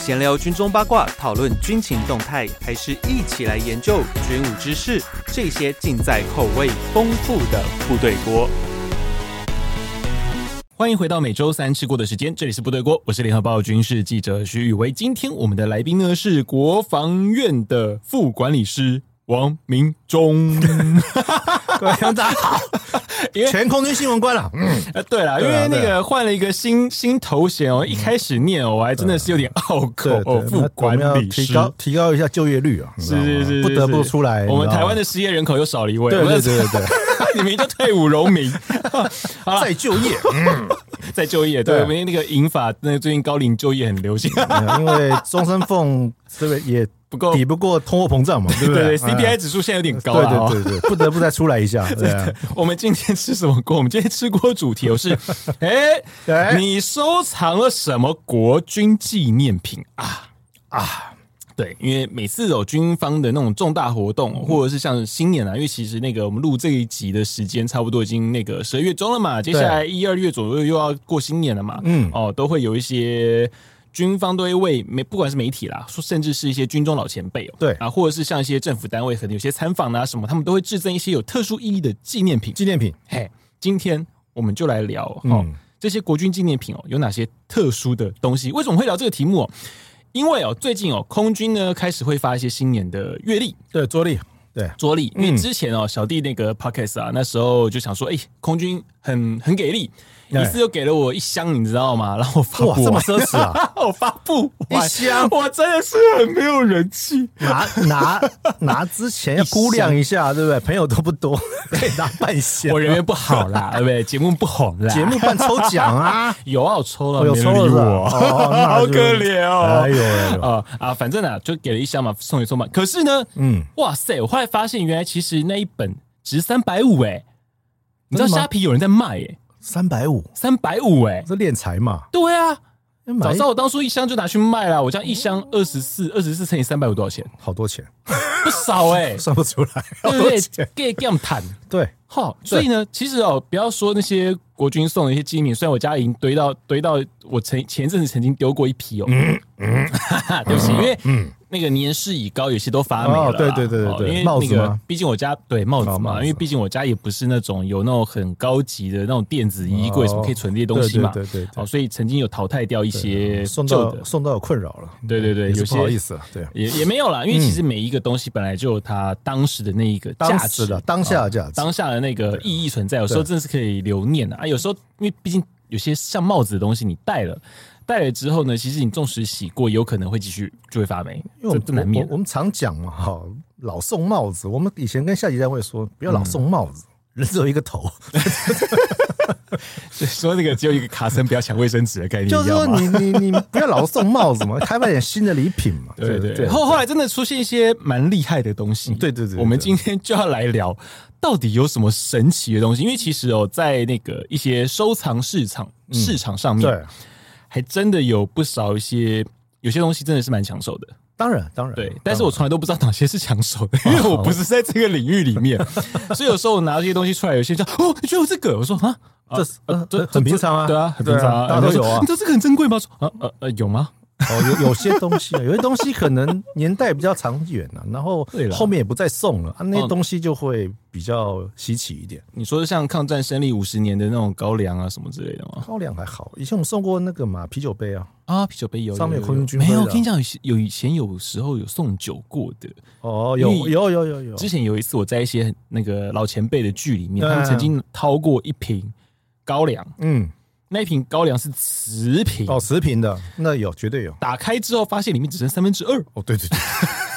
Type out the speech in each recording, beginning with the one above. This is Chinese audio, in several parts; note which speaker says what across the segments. Speaker 1: 闲聊军中八卦，讨论军情动态，还是一起来研究军武知识？这些尽在口味丰富的部队锅。欢迎回到每周三吃过的时间，这里是部队锅，我是联合报军事记者徐宇威。今天我们的来宾呢是国防院的副管理师王明忠。
Speaker 2: 各位听众大家好，
Speaker 1: 因为
Speaker 2: 全空军新闻 官了，嗯，
Speaker 1: 呃，对了，因
Speaker 2: 对啊
Speaker 1: 为那
Speaker 2: 对
Speaker 1: 个换了一个新新头衔哦，一开始念哦我还真的是有点拗口
Speaker 2: 嗯对，
Speaker 1: 哦，
Speaker 2: 对
Speaker 1: 副管
Speaker 2: 那我们
Speaker 1: 理
Speaker 2: 要提
Speaker 1: 师。
Speaker 2: 高哎提高一下就业率啊，你知道
Speaker 1: 是
Speaker 2: 吗
Speaker 1: 是是，
Speaker 2: 不得
Speaker 1: 是
Speaker 2: 不出来。
Speaker 1: 我们台湾
Speaker 2: 的
Speaker 1: 的失业人口又少了一位，
Speaker 2: 对
Speaker 1: 我
Speaker 2: 对
Speaker 1: 们
Speaker 2: 对对， 对
Speaker 1: 你明明就退伍 农民，好了，
Speaker 2: 再就业，
Speaker 1: 在就业，对，
Speaker 2: 对
Speaker 1: 我们那个银法，那个最近高龄就业很流行，
Speaker 2: 嗯因为终身俸这个也
Speaker 1: 不够
Speaker 2: 抵不过通货膨胀嘛，对
Speaker 1: 对
Speaker 2: 不
Speaker 1: 对
Speaker 2: 对
Speaker 1: ，CPI
Speaker 2: 哎
Speaker 1: 指数现在有点高了哦
Speaker 2: 对对对对，不得不再出来一 下，对啊，
Speaker 1: 我们今天吃什么锅？我们今天吃锅主题哦是，哎、
Speaker 2: 哎
Speaker 1: 你收藏了什么国军纪念品啊啊？对，因为每次有军方的那种重大活动，
Speaker 2: 嗯
Speaker 1: 或者是像新年啊，因为其实那个我们录这一集的时间差不多已经那个十二月中了嘛，接下来一二月左右又要过新年了嘛，嗯
Speaker 2: 嗯，
Speaker 1: 哦，都会有一些。军方都会为媒，不管是媒体啦，说甚至是一些军中老前辈哦、
Speaker 2: 对
Speaker 1: 啊，或者是像一些政府单位，可能有些参访啊什么，他们都会制赠一些有特殊意义的纪念品。
Speaker 2: 纪念品，
Speaker 1: 嘿，今天我们就来聊哦，
Speaker 2: 嗯
Speaker 1: 这些国军纪念品哦，有哪些特殊的东西？为什么会聊这个题目哦？因为哦，最近哦，空军呢开始会发一些新年的月历、
Speaker 2: 对，桌历，对，
Speaker 1: 桌历，因为
Speaker 2: 嗯
Speaker 1: 之前哦，小弟那个 podcast 啊，那时候就想说，哎、空军很很给力，
Speaker 2: 哎
Speaker 1: 一次就给了我一箱，你知道吗？然后我发
Speaker 2: 哇，
Speaker 1: 布
Speaker 2: 这么
Speaker 1: 完，
Speaker 2: 奢侈啊！
Speaker 1: 我发布完
Speaker 2: 一箱
Speaker 1: 我真的是很没有人气。
Speaker 2: 拿拿 拿之前要估 量一下，对不对？朋友都不多， 可以拿半箱
Speaker 1: 我。人缘不好 啦，对不对？节目不好啦，
Speaker 2: 节目办抽奖啊，
Speaker 1: 有啊，我抽了，
Speaker 2: 我有
Speaker 1: 没
Speaker 2: 抽
Speaker 1: 人
Speaker 2: 了
Speaker 1: 理
Speaker 2: 是吧，
Speaker 1: 我，
Speaker 2: 哦那
Speaker 1: 好
Speaker 2: 就
Speaker 1: 可怜 哦。
Speaker 2: 哎呦哎呦，
Speaker 1: 啊、啊，反正啊，就给了一箱嘛，送一送嘛。可是呢，
Speaker 2: 嗯，
Speaker 1: 哇塞，我后来发现原来其实那一本值三百五哎，你知道
Speaker 2: 真的吗
Speaker 1: 虾皮有人在卖哎，
Speaker 2: 三百五，
Speaker 1: 三百五哎，
Speaker 2: 这敛财嘛，
Speaker 1: 对啊，
Speaker 2: 哎买
Speaker 1: 早知道我当初一箱就拿去卖了，我这样一箱二十四，二十四乘以三百五多少钱？
Speaker 2: 好多钱，
Speaker 1: 不少哎、
Speaker 2: 算不出来，好
Speaker 1: 对不
Speaker 2: 多
Speaker 1: 对
Speaker 2: 钱？，
Speaker 1: 给这样谈。
Speaker 2: 对，
Speaker 1: 好，所以呢，其实哦，不要说那些国军送的一些纪念品，虽然我家已经堆到堆到我前前一阵子曾经丢过一批哦，
Speaker 2: 嗯
Speaker 1: 哈， 对不起，因为那个年事已高，有些都发霉了啦、
Speaker 2: 哦对对对对
Speaker 1: 哦
Speaker 2: 对
Speaker 1: 因为
Speaker 2: 帽
Speaker 1: 那
Speaker 2: 子
Speaker 1: 个
Speaker 2: 吗
Speaker 1: 毕竟我家对帽子
Speaker 2: 哦帽
Speaker 1: 嘛，
Speaker 2: 子
Speaker 1: 因为毕竟我家也不是那种有那种很高级的那种电子衣柜
Speaker 2: 哦
Speaker 1: 什么可以存这些东西嘛，
Speaker 2: 对对对对对
Speaker 1: 哦，所以曾经有淘汰掉一些
Speaker 2: 送
Speaker 1: 旧的
Speaker 2: 到，送到有困扰了，
Speaker 1: 对对对，
Speaker 2: 也是
Speaker 1: 有
Speaker 2: 不好意
Speaker 1: 些。
Speaker 2: 思了，对，
Speaker 1: 也也没有啦，因为其实每一个东西本来就有它当时的那一个价
Speaker 2: 当
Speaker 1: 值
Speaker 2: 时的当下的价值，
Speaker 1: 当下的那个意义存在，有时候真的是可以留念的啊。有时候因为毕竟有些像帽子的东西，你戴了，戴了之后呢，其实你纵使洗过，有可能会继续就会发霉，
Speaker 2: 因为我
Speaker 1: 这这
Speaker 2: 们
Speaker 1: 难
Speaker 2: 我
Speaker 1: 免
Speaker 2: 我我们常讲嘛，哈，老送帽子。我们以前跟下级单位说，不要老送帽子，
Speaker 1: 嗯
Speaker 2: 人只有一个头，
Speaker 1: 所以说那个只有一个卡森，不要抢卫生纸的概念，
Speaker 2: 就是说
Speaker 1: 知道
Speaker 2: 你
Speaker 1: 吗
Speaker 2: 你你不要老送帽子嘛，开发点新的礼品 嘛。
Speaker 1: 对对
Speaker 2: 对嗯
Speaker 1: 对。后后来真的出现一些蛮厉害的东西，
Speaker 2: 对对对对
Speaker 1: 我们今天就要来聊到底有什么神奇的东西，因为其实哦，在那个一些收藏市场市场上面，
Speaker 2: 对，
Speaker 1: 还真的有不少一些有些东西真的是蛮抢手的。
Speaker 2: 当然当然，
Speaker 1: 对，但是我从来都不知道哪些是抢手的，因为我不是在这个领域里 面，所以有时候我拿这些东西出来，有些人就哦，你觉得有这个？我说啊，啊
Speaker 2: 这是
Speaker 1: 啊
Speaker 2: 呃很平常啊
Speaker 1: 对啊，很平常啊，
Speaker 2: 对啊大家都
Speaker 1: 然后说
Speaker 2: 有啊
Speaker 1: 你知道这个很珍贵吗？说啊呃呃，有吗？
Speaker 2: 哦，有有些东 西啊，有些东西可能年代比较长远啊，然后
Speaker 1: 对啦
Speaker 2: 后面也不再送了啊，那
Speaker 1: 嗯
Speaker 2: 些东西就会比较稀奇一点。
Speaker 1: 你说像抗战胜利五十年的那种高粱啊什么之类的吗？
Speaker 2: 高粱还好，以前我们送过那个嘛啤酒杯啊，
Speaker 1: 啊，啤酒杯有，
Speaker 2: 上面有空军
Speaker 1: 没
Speaker 2: 徽
Speaker 1: 有？
Speaker 2: 的
Speaker 1: 我跟你讲，有些有以前有时候有送酒过的，
Speaker 2: 哦，
Speaker 1: 因
Speaker 2: 有
Speaker 1: 为
Speaker 2: 有有有有，
Speaker 1: 之前有一次我在一些很那个老前辈的剧里面，
Speaker 2: 对啊
Speaker 1: 他们曾经掏过一瓶高粱，
Speaker 2: 嗯，
Speaker 1: 那一瓶高粱是瓷瓶。
Speaker 2: 哦，食品的那有绝对有，
Speaker 1: 打开之后发现里面只剩三分之二，
Speaker 2: 哦，对 对对，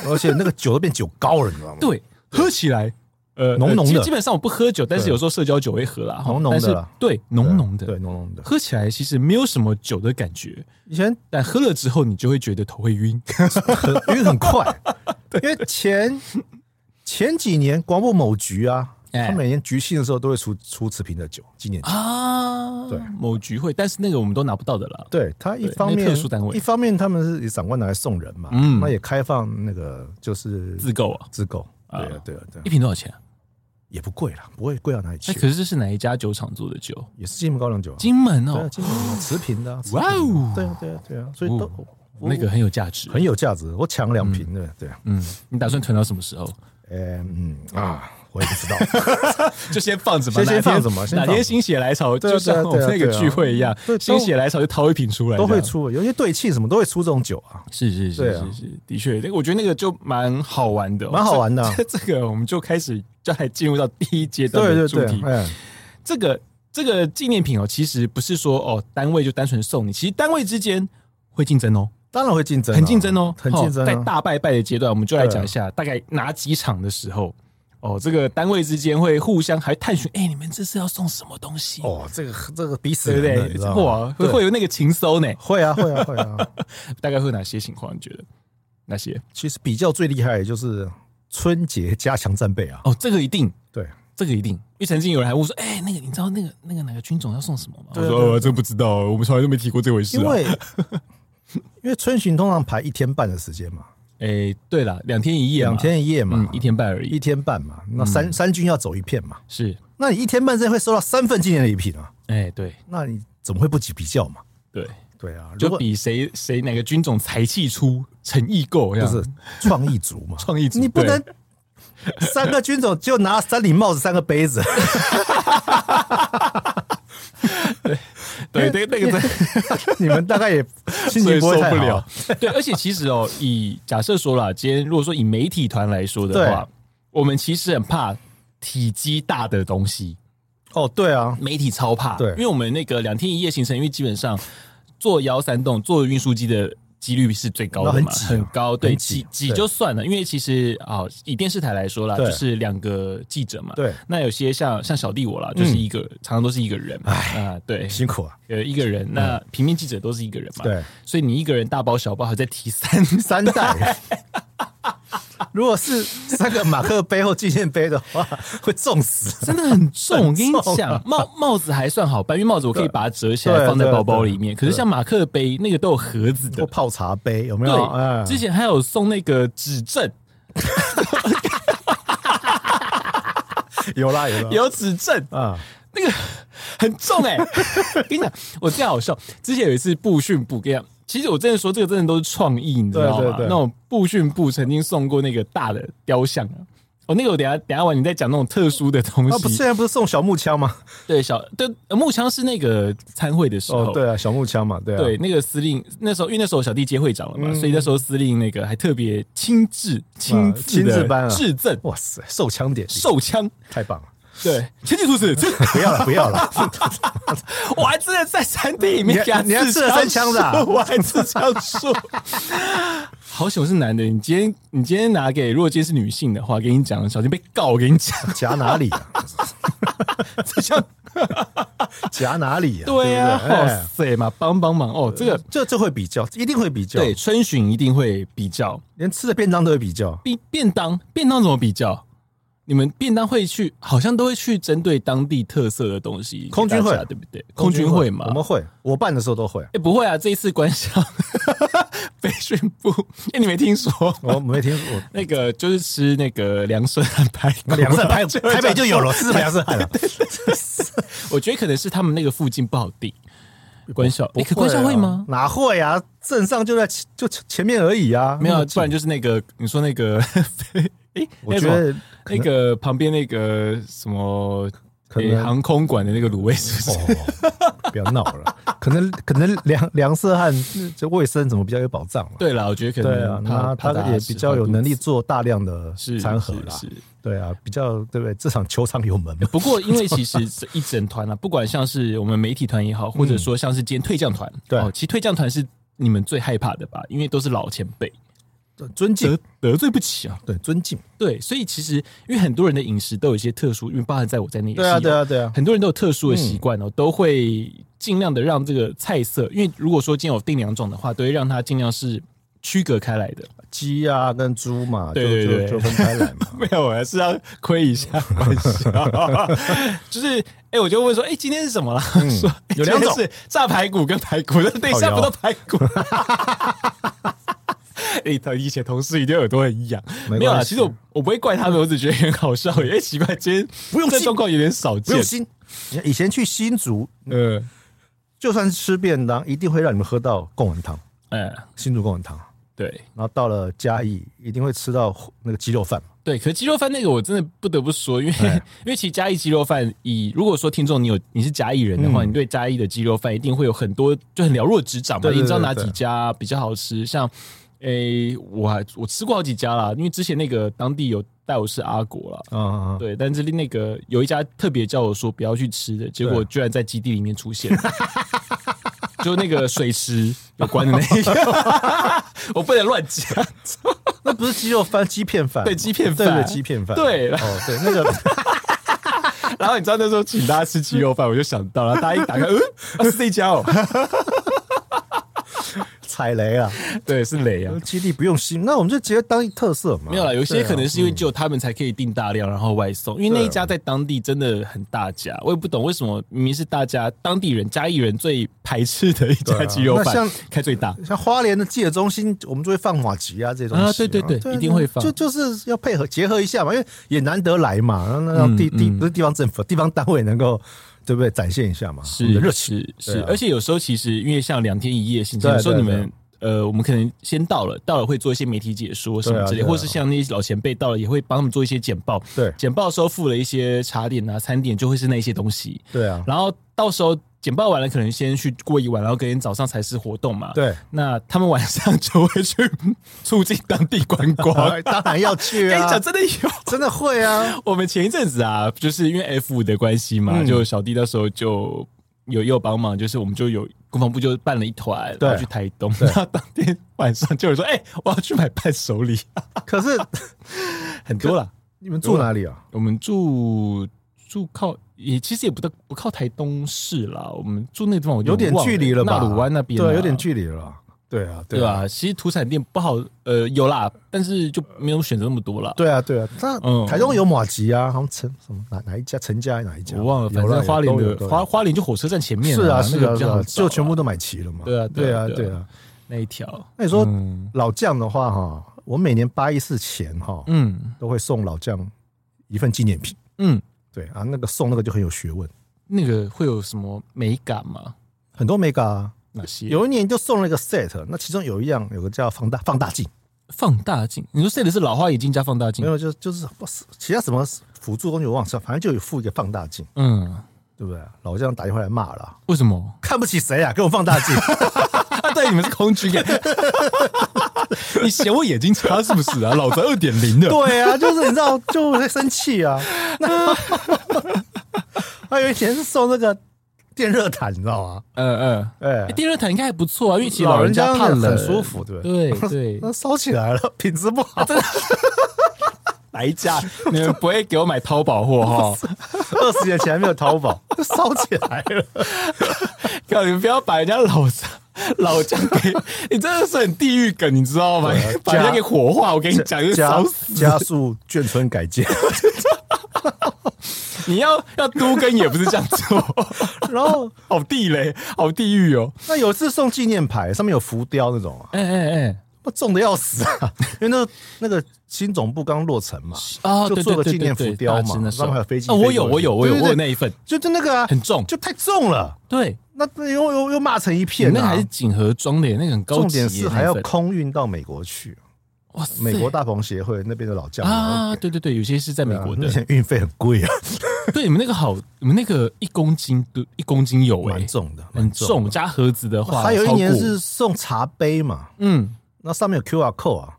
Speaker 2: 而且那个酒都变酒膏了，你知道吗？
Speaker 1: 对，喝起来呃
Speaker 2: 浓浓的
Speaker 1: 基基本上我不喝酒，但是有时候社交酒会喝啦，哈
Speaker 2: 浓浓的
Speaker 1: 但是
Speaker 2: 啦
Speaker 1: 对，浓浓的，
Speaker 2: 对，浓浓的。
Speaker 1: 喝起来其实没有什么酒的感觉，
Speaker 2: 以前
Speaker 1: 但喝了之后你就会觉得头会 晕。
Speaker 2: 很因为很 快，因为前前几年广播某局啊，
Speaker 1: 哎
Speaker 2: 他每年局庆的时候都会出出持瓶的酒，纪念酒。
Speaker 1: 啊，
Speaker 2: 对
Speaker 1: 某局会，但是那个我们都拿不到的啦。
Speaker 2: 对他一
Speaker 1: 对
Speaker 2: 方
Speaker 1: 那
Speaker 2: 面
Speaker 1: 特殊单位
Speaker 2: 一方面他们是以长官拿来送人嘛，
Speaker 1: 嗯
Speaker 2: 那也开放那个就是
Speaker 1: 自购啊，
Speaker 2: 自购，
Speaker 1: 啊
Speaker 2: 对啊对啊对啊
Speaker 1: 一，瓶多少钱啊？
Speaker 2: 也不贵啦，不会贵到哪里去
Speaker 1: 哎，，可是这是哪一家酒厂做的酒？
Speaker 2: 也是金门高粱酒啊，
Speaker 1: 金门
Speaker 2: 对啊
Speaker 1: 哦，
Speaker 2: 金门有持平的啊，持
Speaker 1: 哇
Speaker 2: 平的啊
Speaker 1: 哦
Speaker 2: 对啊对啊对啊，所以都
Speaker 1: 那个很有价值。
Speaker 2: 很有价值。我抢两瓶的，对，
Speaker 1: 嗯，你打算囤到什么时候？
Speaker 2: 呃嗯啊，我也不 知道。
Speaker 1: 就先放着吧，
Speaker 2: 先
Speaker 1: 哪
Speaker 2: 先
Speaker 1: 天
Speaker 2: 放着嘛先
Speaker 1: 哪
Speaker 2: 放着
Speaker 1: 天心血来潮，
Speaker 2: 对啊
Speaker 1: 就像我
Speaker 2: 对啊对
Speaker 1: 们
Speaker 2: 啊
Speaker 1: 那个聚会一样
Speaker 2: 对啊，
Speaker 1: 心血来潮就掏一瓶出来，
Speaker 2: 都会
Speaker 1: 这样。
Speaker 2: 出，有些对气什么都会出这种酒啊。
Speaker 1: 是是
Speaker 2: 对
Speaker 1: 是
Speaker 2: 啊
Speaker 1: 是是，的确，那个我觉得那个就蛮好玩的哦，
Speaker 2: 蛮好玩的啊
Speaker 1: 这 这这个我们就开始就来进入到第一阶段
Speaker 2: 对
Speaker 1: 的
Speaker 2: 对
Speaker 1: 主题
Speaker 2: 对，，哎，
Speaker 1: 这个这个纪念品哦，其实不是说哦单位就单纯送你，其实单位之间会竞争哦，
Speaker 2: 当然会竞争啊，
Speaker 1: 很竞争哦，
Speaker 2: 很竞争
Speaker 1: 在
Speaker 2: 啊。
Speaker 1: 大拜拜的阶段，我们就来讲一下大概哪几场的时候。哦，这个单位之间会互相还探寻，哎、你们这次要送什么东西？
Speaker 2: 哦，这个这个彼此
Speaker 1: 对不
Speaker 2: 人的你
Speaker 1: 对
Speaker 2: 知？道吗
Speaker 1: 哇，会
Speaker 2: 对
Speaker 1: 会有那个情搜呢？
Speaker 2: 会啊会啊会啊。
Speaker 1: 大概会有哪些情况？你觉得哪些？
Speaker 2: 其实比较最厉害的就是春节加强战备啊，
Speaker 1: 哦，这个一定，
Speaker 2: 对，
Speaker 1: 这个一定。因为曾经有人还问说，哎、那个你知道那个那个哪个军种要送什么吗？
Speaker 2: 对啊对啊
Speaker 1: 真不知道，哦我们从来都没提过这回事啊
Speaker 2: 因为 因为春巡通常排一天半的时间嘛，
Speaker 1: 哎、对了，两天一夜嘛，
Speaker 2: 两天一夜嘛
Speaker 1: 嗯，，一天嗯半而
Speaker 2: 一
Speaker 1: 已。
Speaker 2: 天半嘛，那三三军要走一片嘛，
Speaker 1: 是，
Speaker 2: 那你一天半之内会收到三份纪念礼品啊，
Speaker 1: 哎、对
Speaker 2: 那你怎么会不比比较嘛？
Speaker 1: 对，
Speaker 2: 对啊，如
Speaker 1: 就
Speaker 2: 果
Speaker 1: 比谁谁哪个军种才气出、诚意够，这
Speaker 2: 就
Speaker 1: 样
Speaker 2: 是创意足嘛，
Speaker 1: 啊创意足
Speaker 2: 你不
Speaker 1: 对
Speaker 2: 能。三个军种就拿三顶帽子、三个杯子，
Speaker 1: 对对，那个真
Speaker 2: 你们大概也心情不会
Speaker 1: 所以
Speaker 2: 太
Speaker 1: 受不
Speaker 2: 好啊
Speaker 1: 了。。 对，而且其实哦，以假设说啦，今天如果说以媒体团来说的话
Speaker 2: 对，
Speaker 1: 我们其实很怕体积大的东西，
Speaker 2: 哦，对啊，
Speaker 1: 媒体超怕。
Speaker 2: 对
Speaker 1: 因为我们那个两天一夜行程，因为基本上坐幺三栋坐运输机的。几率是最高的嘛，
Speaker 2: 那很挤啊
Speaker 1: 很高，对，
Speaker 2: 很挤
Speaker 1: 挤挤
Speaker 2: 对
Speaker 1: 就算了，因为其实啊、以电视台来说啦，
Speaker 2: 对
Speaker 1: 就是两个记者嘛，
Speaker 2: 对，嗯
Speaker 1: 那有些像像小弟我啦，就是一个、常常都是一个人嘛，啊，对，
Speaker 2: 辛苦啊，
Speaker 1: 呃，一个人，那平面记者都是一个人嘛，
Speaker 2: 对，
Speaker 1: 所以你一个人大包小包还在 提三
Speaker 2: 三代。如果是三个马克杯或纪念杯的话， 会重死。
Speaker 1: 真的很重。我跟你
Speaker 2: 很重啊
Speaker 1: 讲，帽帽子还算好办，因为帽子我可以把它折起来
Speaker 2: 对
Speaker 1: 放在
Speaker 2: 对
Speaker 1: 包包
Speaker 2: 对
Speaker 1: 里面。可是像马克杯那个都有盒子
Speaker 2: 或
Speaker 1: 的，
Speaker 2: 泡茶杯有没有？哎
Speaker 1: 对，之前还有送那个指正，
Speaker 2: 有啦有啦
Speaker 1: 有指正，
Speaker 2: 啊，
Speaker 1: 那个很 重哎、跟你讲，我最好笑，之前有一次部训部跟你讲。其实我真的说，这个真的都是创意，你知道吗？
Speaker 2: 对对对
Speaker 1: 那种部训部曾经送过那个大的雕像啊，哦，那个我等一下等一下完你再讲那种特殊的东西。
Speaker 2: 啊不，现在不是送小木枪吗？
Speaker 1: 对，小对呃木枪是那个参会的时候，
Speaker 2: 哦，对啊，小木枪嘛，对啊，
Speaker 1: 对那个司令那时候，因为那时候小弟接会长了嘛，所以那时候司令那个还特别亲自亲自
Speaker 2: 亲自颁啊
Speaker 1: 质证
Speaker 2: 哇塞，手枪典礼
Speaker 1: 手枪，
Speaker 2: 太棒了！
Speaker 1: 对，前进出死，这
Speaker 2: 不要了，不要了，
Speaker 1: 我还真的在山地里面
Speaker 2: 你
Speaker 1: 给他
Speaker 2: 你还刺了三枪的啊
Speaker 1: 术我还刺枪术。好险我是男的，你今天你今天拿给，如果今天是女性的话，给你讲，小心被告。我跟你讲，
Speaker 2: 夹哪里 啊？
Speaker 1: 这枪
Speaker 2: 夹哪里啊？
Speaker 1: 对呀、
Speaker 2: 不
Speaker 1: 哇、
Speaker 2: 哎
Speaker 1: 塞嘛，帮帮忙哦，这个
Speaker 2: 这这会比较，一定会比较，
Speaker 1: 对，春巡一定会比较。
Speaker 2: 连吃的便当都会比较。
Speaker 1: 便便当，便当怎么比较？你们便当会去，好像都会去针对当地特色的东西给大家，
Speaker 2: 空军会
Speaker 1: 对不对？空军会嘛，
Speaker 2: 我们会，我办的时候都会。
Speaker 1: 哎、不会啊，这一次官校 被训部，哎、你没听说？
Speaker 2: 我没听过，
Speaker 1: 那个就是吃那个凉笋和排 骨，
Speaker 2: 两次台
Speaker 1: 就会
Speaker 2: 台北就
Speaker 1: 讲
Speaker 2: 有了，是两次海了。
Speaker 1: 我觉得可能是他们那个附近不好定。官校，哎、
Speaker 2: 不
Speaker 1: 可官校
Speaker 2: 啊
Speaker 1: 会吗？？
Speaker 2: 哪会啊？镇上就在前就前面而已啊。
Speaker 1: 没有啊，
Speaker 2: 那
Speaker 1: 不然就是那个你说那个， 哎、
Speaker 2: 我觉
Speaker 1: 那什么
Speaker 2: 得可
Speaker 1: 那
Speaker 2: 能
Speaker 1: 个旁边那个什么，
Speaker 2: 可
Speaker 1: 诶
Speaker 2: 能
Speaker 1: 航空馆的那个卤味是不是？
Speaker 2: 哦，不要闹了。可能可能粮粮食和这卫生怎么比较有保障嘛？
Speaker 1: 对啦，我觉得可
Speaker 2: 对啊
Speaker 1: 能，
Speaker 2: 那
Speaker 1: 怕
Speaker 2: 他
Speaker 1: 怕大家
Speaker 2: 也
Speaker 1: 吃
Speaker 2: 比较有
Speaker 1: 坏肚
Speaker 2: 能力
Speaker 1: 子
Speaker 2: 做大量的
Speaker 1: 是
Speaker 2: 餐盒啦
Speaker 1: 是。是
Speaker 2: 对啊，比较对不对？这场球场有门嘛？
Speaker 1: 不过，因为其实这一整团啊， 不管像是我们媒体团也好，或者说像是今天退将团，
Speaker 2: 对
Speaker 1: 哦，其实退将团是你们最害怕的吧？因为都是老前辈，
Speaker 2: 尊敬
Speaker 1: 得，得罪不起啊。
Speaker 2: 对尊敬，
Speaker 1: 对，所以其实因为很多人的饮食都有一些特殊，因为包含在我在内也是
Speaker 2: 对啊，嗯
Speaker 1: 有
Speaker 2: 对啊，对啊，
Speaker 1: 很多人都有特殊的习惯哦，都会尽量的让这个菜色，因为如果说今天有定两种的话，都会让它尽量是区隔开来的。
Speaker 2: 鸡啊跟猪嘛，就
Speaker 1: 对对对。
Speaker 2: 就就分开来嘛
Speaker 1: 没有，我还是要亏一下玩笑。 就是，哎、我就问说，哎、今天是什么啦？说哎
Speaker 2: 嗯有两种
Speaker 1: 今天是炸排骨跟 排骨，哦但等一下不到排骨。 哎，他以前同事一定耳朵很痒，
Speaker 2: 没关系
Speaker 1: 没有啦。其实我我不会怪他们，我只觉得很好笑。因为奇怪，今天
Speaker 2: 不用
Speaker 1: 这
Speaker 2: 信
Speaker 1: 状况有点少
Speaker 2: 不
Speaker 1: 见
Speaker 2: 用。新，你看以前去新竹，
Speaker 1: 嗯，
Speaker 2: 就算是吃便当，一定会让你们喝到贡丸汤。
Speaker 1: 哎，
Speaker 2: 新竹贡丸汤，
Speaker 1: 对
Speaker 2: 然后到了嘉义一定会吃到那个鸡肉饭嘛，
Speaker 1: 对，可是鸡肉饭那个我真的不得不说，因为、
Speaker 2: 哎
Speaker 1: 因为其实嘉义鸡肉饭以，如果说听众你有你是嘉义人的话，
Speaker 2: 嗯
Speaker 1: 你对嘉义的鸡肉饭一定会有很多就很了若指掌嘛，
Speaker 2: 对对对
Speaker 1: 你知道哪
Speaker 2: 对
Speaker 1: 几家比较好吃？像诶、我还我吃过好几家啦，因为之前那个当地有带我吃阿国啦。
Speaker 2: 嗯嗯嗯，
Speaker 1: 对，但是那个有一家特别叫我说不要去吃的，结果
Speaker 2: 对
Speaker 1: 居然在基地里面出现， 就那个水池有关的那个， 我不能乱讲。
Speaker 2: 那不是鸡肉饭，鸡片饭，
Speaker 1: 对鸡片
Speaker 2: 对对
Speaker 1: 饭
Speaker 2: 鸡片饭，
Speaker 1: 对
Speaker 2: 哦对，那 个
Speaker 1: 然后你知道那时候请大家吃鸡肉饭，我就想到了，然后大家一打开，嗯，啊、是这家哦，
Speaker 2: 踩雷啊，
Speaker 1: 对，是雷啊。
Speaker 2: 基地不用心，那我们就直接当一特色嘛，
Speaker 1: 没有啦，有一些
Speaker 2: 对啊
Speaker 1: 可能是因为只有他们才可以订大量，然后外送。因为那一家在当地真的很大家，我也不懂为什么明明是大家当地人、嘉义人最排斥的一
Speaker 2: 对
Speaker 1: 家
Speaker 2: 啊
Speaker 1: 鸡肉
Speaker 2: 那
Speaker 1: 饭
Speaker 2: 像，
Speaker 1: 开最大。
Speaker 2: 嗯像花莲的记者中心，我们就会放马吉啊这些东西
Speaker 1: 啊对对对
Speaker 2: 啊
Speaker 1: 一定会放
Speaker 2: 就就是要配合结合一下嘛，因为也难得来嘛，然后那
Speaker 1: 嗯
Speaker 2: 让地地不是地方政府，地方单位能够对不对展现一下嘛，我
Speaker 1: 是
Speaker 2: 们的热情。
Speaker 1: 是是
Speaker 2: 对，啊
Speaker 1: 而且有时候其实因为像两天一夜行程，
Speaker 2: 对
Speaker 1: 有时候你
Speaker 2: 对
Speaker 1: 们呃，我们可能先到了，到了会做一些媒体解说什
Speaker 2: 对
Speaker 1: 么
Speaker 2: 啊
Speaker 1: 之类，
Speaker 2: 对啊
Speaker 1: 或是像那些老前辈到了也会帮他们做一些简报。
Speaker 2: 对
Speaker 1: 简报的时候附了一些茶点啊、餐点，就会是那些东西。
Speaker 2: 对啊，
Speaker 1: 然后到时候简报完了，可能先去过一晚，然后隔天早上才是活动嘛。。
Speaker 2: 对，
Speaker 1: 那他们晚上就会去促进当地观光。
Speaker 2: 啊当然要去
Speaker 1: 跟你
Speaker 2: 啊，
Speaker 1: 讲，真的有。
Speaker 2: 真的会 啊，
Speaker 1: 我们前一阵子啊，就是因为 F 五的关系嘛，
Speaker 2: 嗯
Speaker 1: 就小弟那时候就有也有帮忙，就是我们就有国防部就办了一团，
Speaker 2: 对
Speaker 1: 然后去台东。然后当天晚上就有人说：“哎、我要去买伴手礼。
Speaker 2: 可是”
Speaker 1: 很多啦，
Speaker 2: 你们住哪里 啊？
Speaker 1: 我们住住靠也其实也不到不靠台东市啦，我们住那地方我
Speaker 2: 有点
Speaker 1: 忘
Speaker 2: 距离了吧？
Speaker 1: 纳鲁湾那边啊、
Speaker 2: 对，有点距离了。对啊，
Speaker 1: 对
Speaker 2: 啊，
Speaker 1: 吧、其实土产店不好，呃，有啦，但是就没有选择那么多啦。
Speaker 2: 对啊，对啊。
Speaker 1: 嗯
Speaker 2: 那台中有马吉啊，好像陈什么哪哪一家陈家哪一家？
Speaker 1: 我忘了，反
Speaker 2: 有啦
Speaker 1: 正花莲
Speaker 2: 有
Speaker 1: 的
Speaker 2: 都有
Speaker 1: 花花莲就火车站前面
Speaker 2: 是啊，
Speaker 1: 那
Speaker 2: 是
Speaker 1: 个
Speaker 2: 啊，
Speaker 1: 比
Speaker 2: 是
Speaker 1: 较好
Speaker 2: 啊，
Speaker 1: 找啊
Speaker 2: 就全部都买齐了嘛。
Speaker 1: 对啊对
Speaker 2: 对
Speaker 1: 啊
Speaker 2: 啊，
Speaker 1: 对啊
Speaker 2: 对啊。
Speaker 1: 那一条，
Speaker 2: 那你说
Speaker 1: 嗯
Speaker 2: 老将的话，哈，我每年八一四前哈，
Speaker 1: 嗯
Speaker 2: 都会送老将一份纪念品。
Speaker 1: 嗯，
Speaker 2: 对啊，那个送那个就很有学问，
Speaker 1: 那个会有什么美感吗？
Speaker 2: 很多 mega 啊。
Speaker 1: 哪些
Speaker 2: 有一年就送了一个 set，那其中有一样有个叫放大放大镜，
Speaker 1: 放大镜？你说塞的是老花眼镜加放大镜
Speaker 2: 没？有就就是不是其他什么辅助工具我忘记了，反正就有附一个放大镜，
Speaker 1: 嗯，
Speaker 2: 对不对？老将打电话来骂了，
Speaker 1: 为什么？
Speaker 2: 看不起谁啊？给我放大镜。
Speaker 1: 啊，对，你们是空军耶，你嫌我眼睛差是不是啊？老子二点零 的，
Speaker 2: 对 啊，就是你知道，就会生气 啊。那还有以前是送那个电热毯，你知道吗？
Speaker 1: 嗯嗯。
Speaker 2: 哎
Speaker 1: 哎，电热毯应该还不错啊，因为其实
Speaker 2: 老
Speaker 1: 人
Speaker 2: 人家
Speaker 1: 怕冷，
Speaker 2: 很舒 服对不
Speaker 1: 对对，
Speaker 2: 那 烧起来了，品质不 好，
Speaker 1: 哪一家？你们哎不会给我买淘宝货 哈？
Speaker 2: 二十年前还没有淘宝，就 烧起来 了。
Speaker 1: 靠，你们不要把人家老张老张给，你真的是很地狱梗，你知道吗？
Speaker 2: 对啊
Speaker 1: 把人家
Speaker 2: 加
Speaker 1: 给火化，我跟你讲，就是
Speaker 2: 加
Speaker 1: 烧死。
Speaker 2: 加速眷村改建，
Speaker 1: 你要要都跟也不是这样做，
Speaker 2: 然后
Speaker 1: 好地雷，好地狱哦。
Speaker 2: 那有一次送纪念牌，上面有浮雕那种啊，
Speaker 1: 哎哎哎，
Speaker 2: 我重的要死啊！ 因为那那个新总部刚落成嘛，
Speaker 1: 啊，
Speaker 2: 就
Speaker 1: 对
Speaker 2: 做
Speaker 1: 对
Speaker 2: 个
Speaker 1: 对
Speaker 2: 纪念
Speaker 1: 对
Speaker 2: 浮
Speaker 1: 对
Speaker 2: 雕
Speaker 1: 大
Speaker 2: 嘛
Speaker 1: 致那时
Speaker 2: 上
Speaker 1: 候
Speaker 2: 面还有飞机
Speaker 1: 啊我有
Speaker 2: 飞过去
Speaker 1: 我有我
Speaker 2: 对
Speaker 1: 有
Speaker 2: 对对
Speaker 1: 我有那一份，
Speaker 2: 就就那个啊，
Speaker 1: 很重
Speaker 2: 就太重了。
Speaker 1: 对，
Speaker 2: 那又又又骂成一
Speaker 1: 你
Speaker 2: 片、啊，
Speaker 1: 那个还是锦盒装的耶，那个很高级
Speaker 2: 重点
Speaker 1: 耶。
Speaker 2: 是还要
Speaker 1: 那一份
Speaker 2: 空运到美国去，
Speaker 1: 哇塞，
Speaker 2: 美国大棚协会那边的老将
Speaker 1: 啊，
Speaker 2: 然后
Speaker 1: 对对对，有些是在美国
Speaker 2: 啊那
Speaker 1: 的。
Speaker 2: 些运费很贵啊，
Speaker 1: 对，你们那个好，你们那个一公斤的一公斤有哎
Speaker 2: 蛮，重的，
Speaker 1: 很
Speaker 2: 蛮重
Speaker 1: 重，
Speaker 2: 的。
Speaker 1: 加盒子的话，
Speaker 2: 还有一年
Speaker 1: 超过
Speaker 2: 是送茶杯嘛，
Speaker 1: 嗯
Speaker 2: 那上面有 QR code 啊，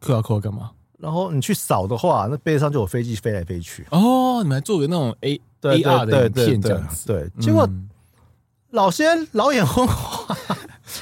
Speaker 1: ，Q R code 干嘛？
Speaker 2: 然后你去扫的话，那杯上就有飞机飞来飞去，E
Speaker 1: 哦，你们还做个那种 A A
Speaker 2: 对
Speaker 1: R 的
Speaker 2: 对
Speaker 1: 影
Speaker 2: 对
Speaker 1: 片这
Speaker 2: 对
Speaker 1: 样子，
Speaker 2: 对，结果
Speaker 1: 嗯
Speaker 2: 老先老眼昏花，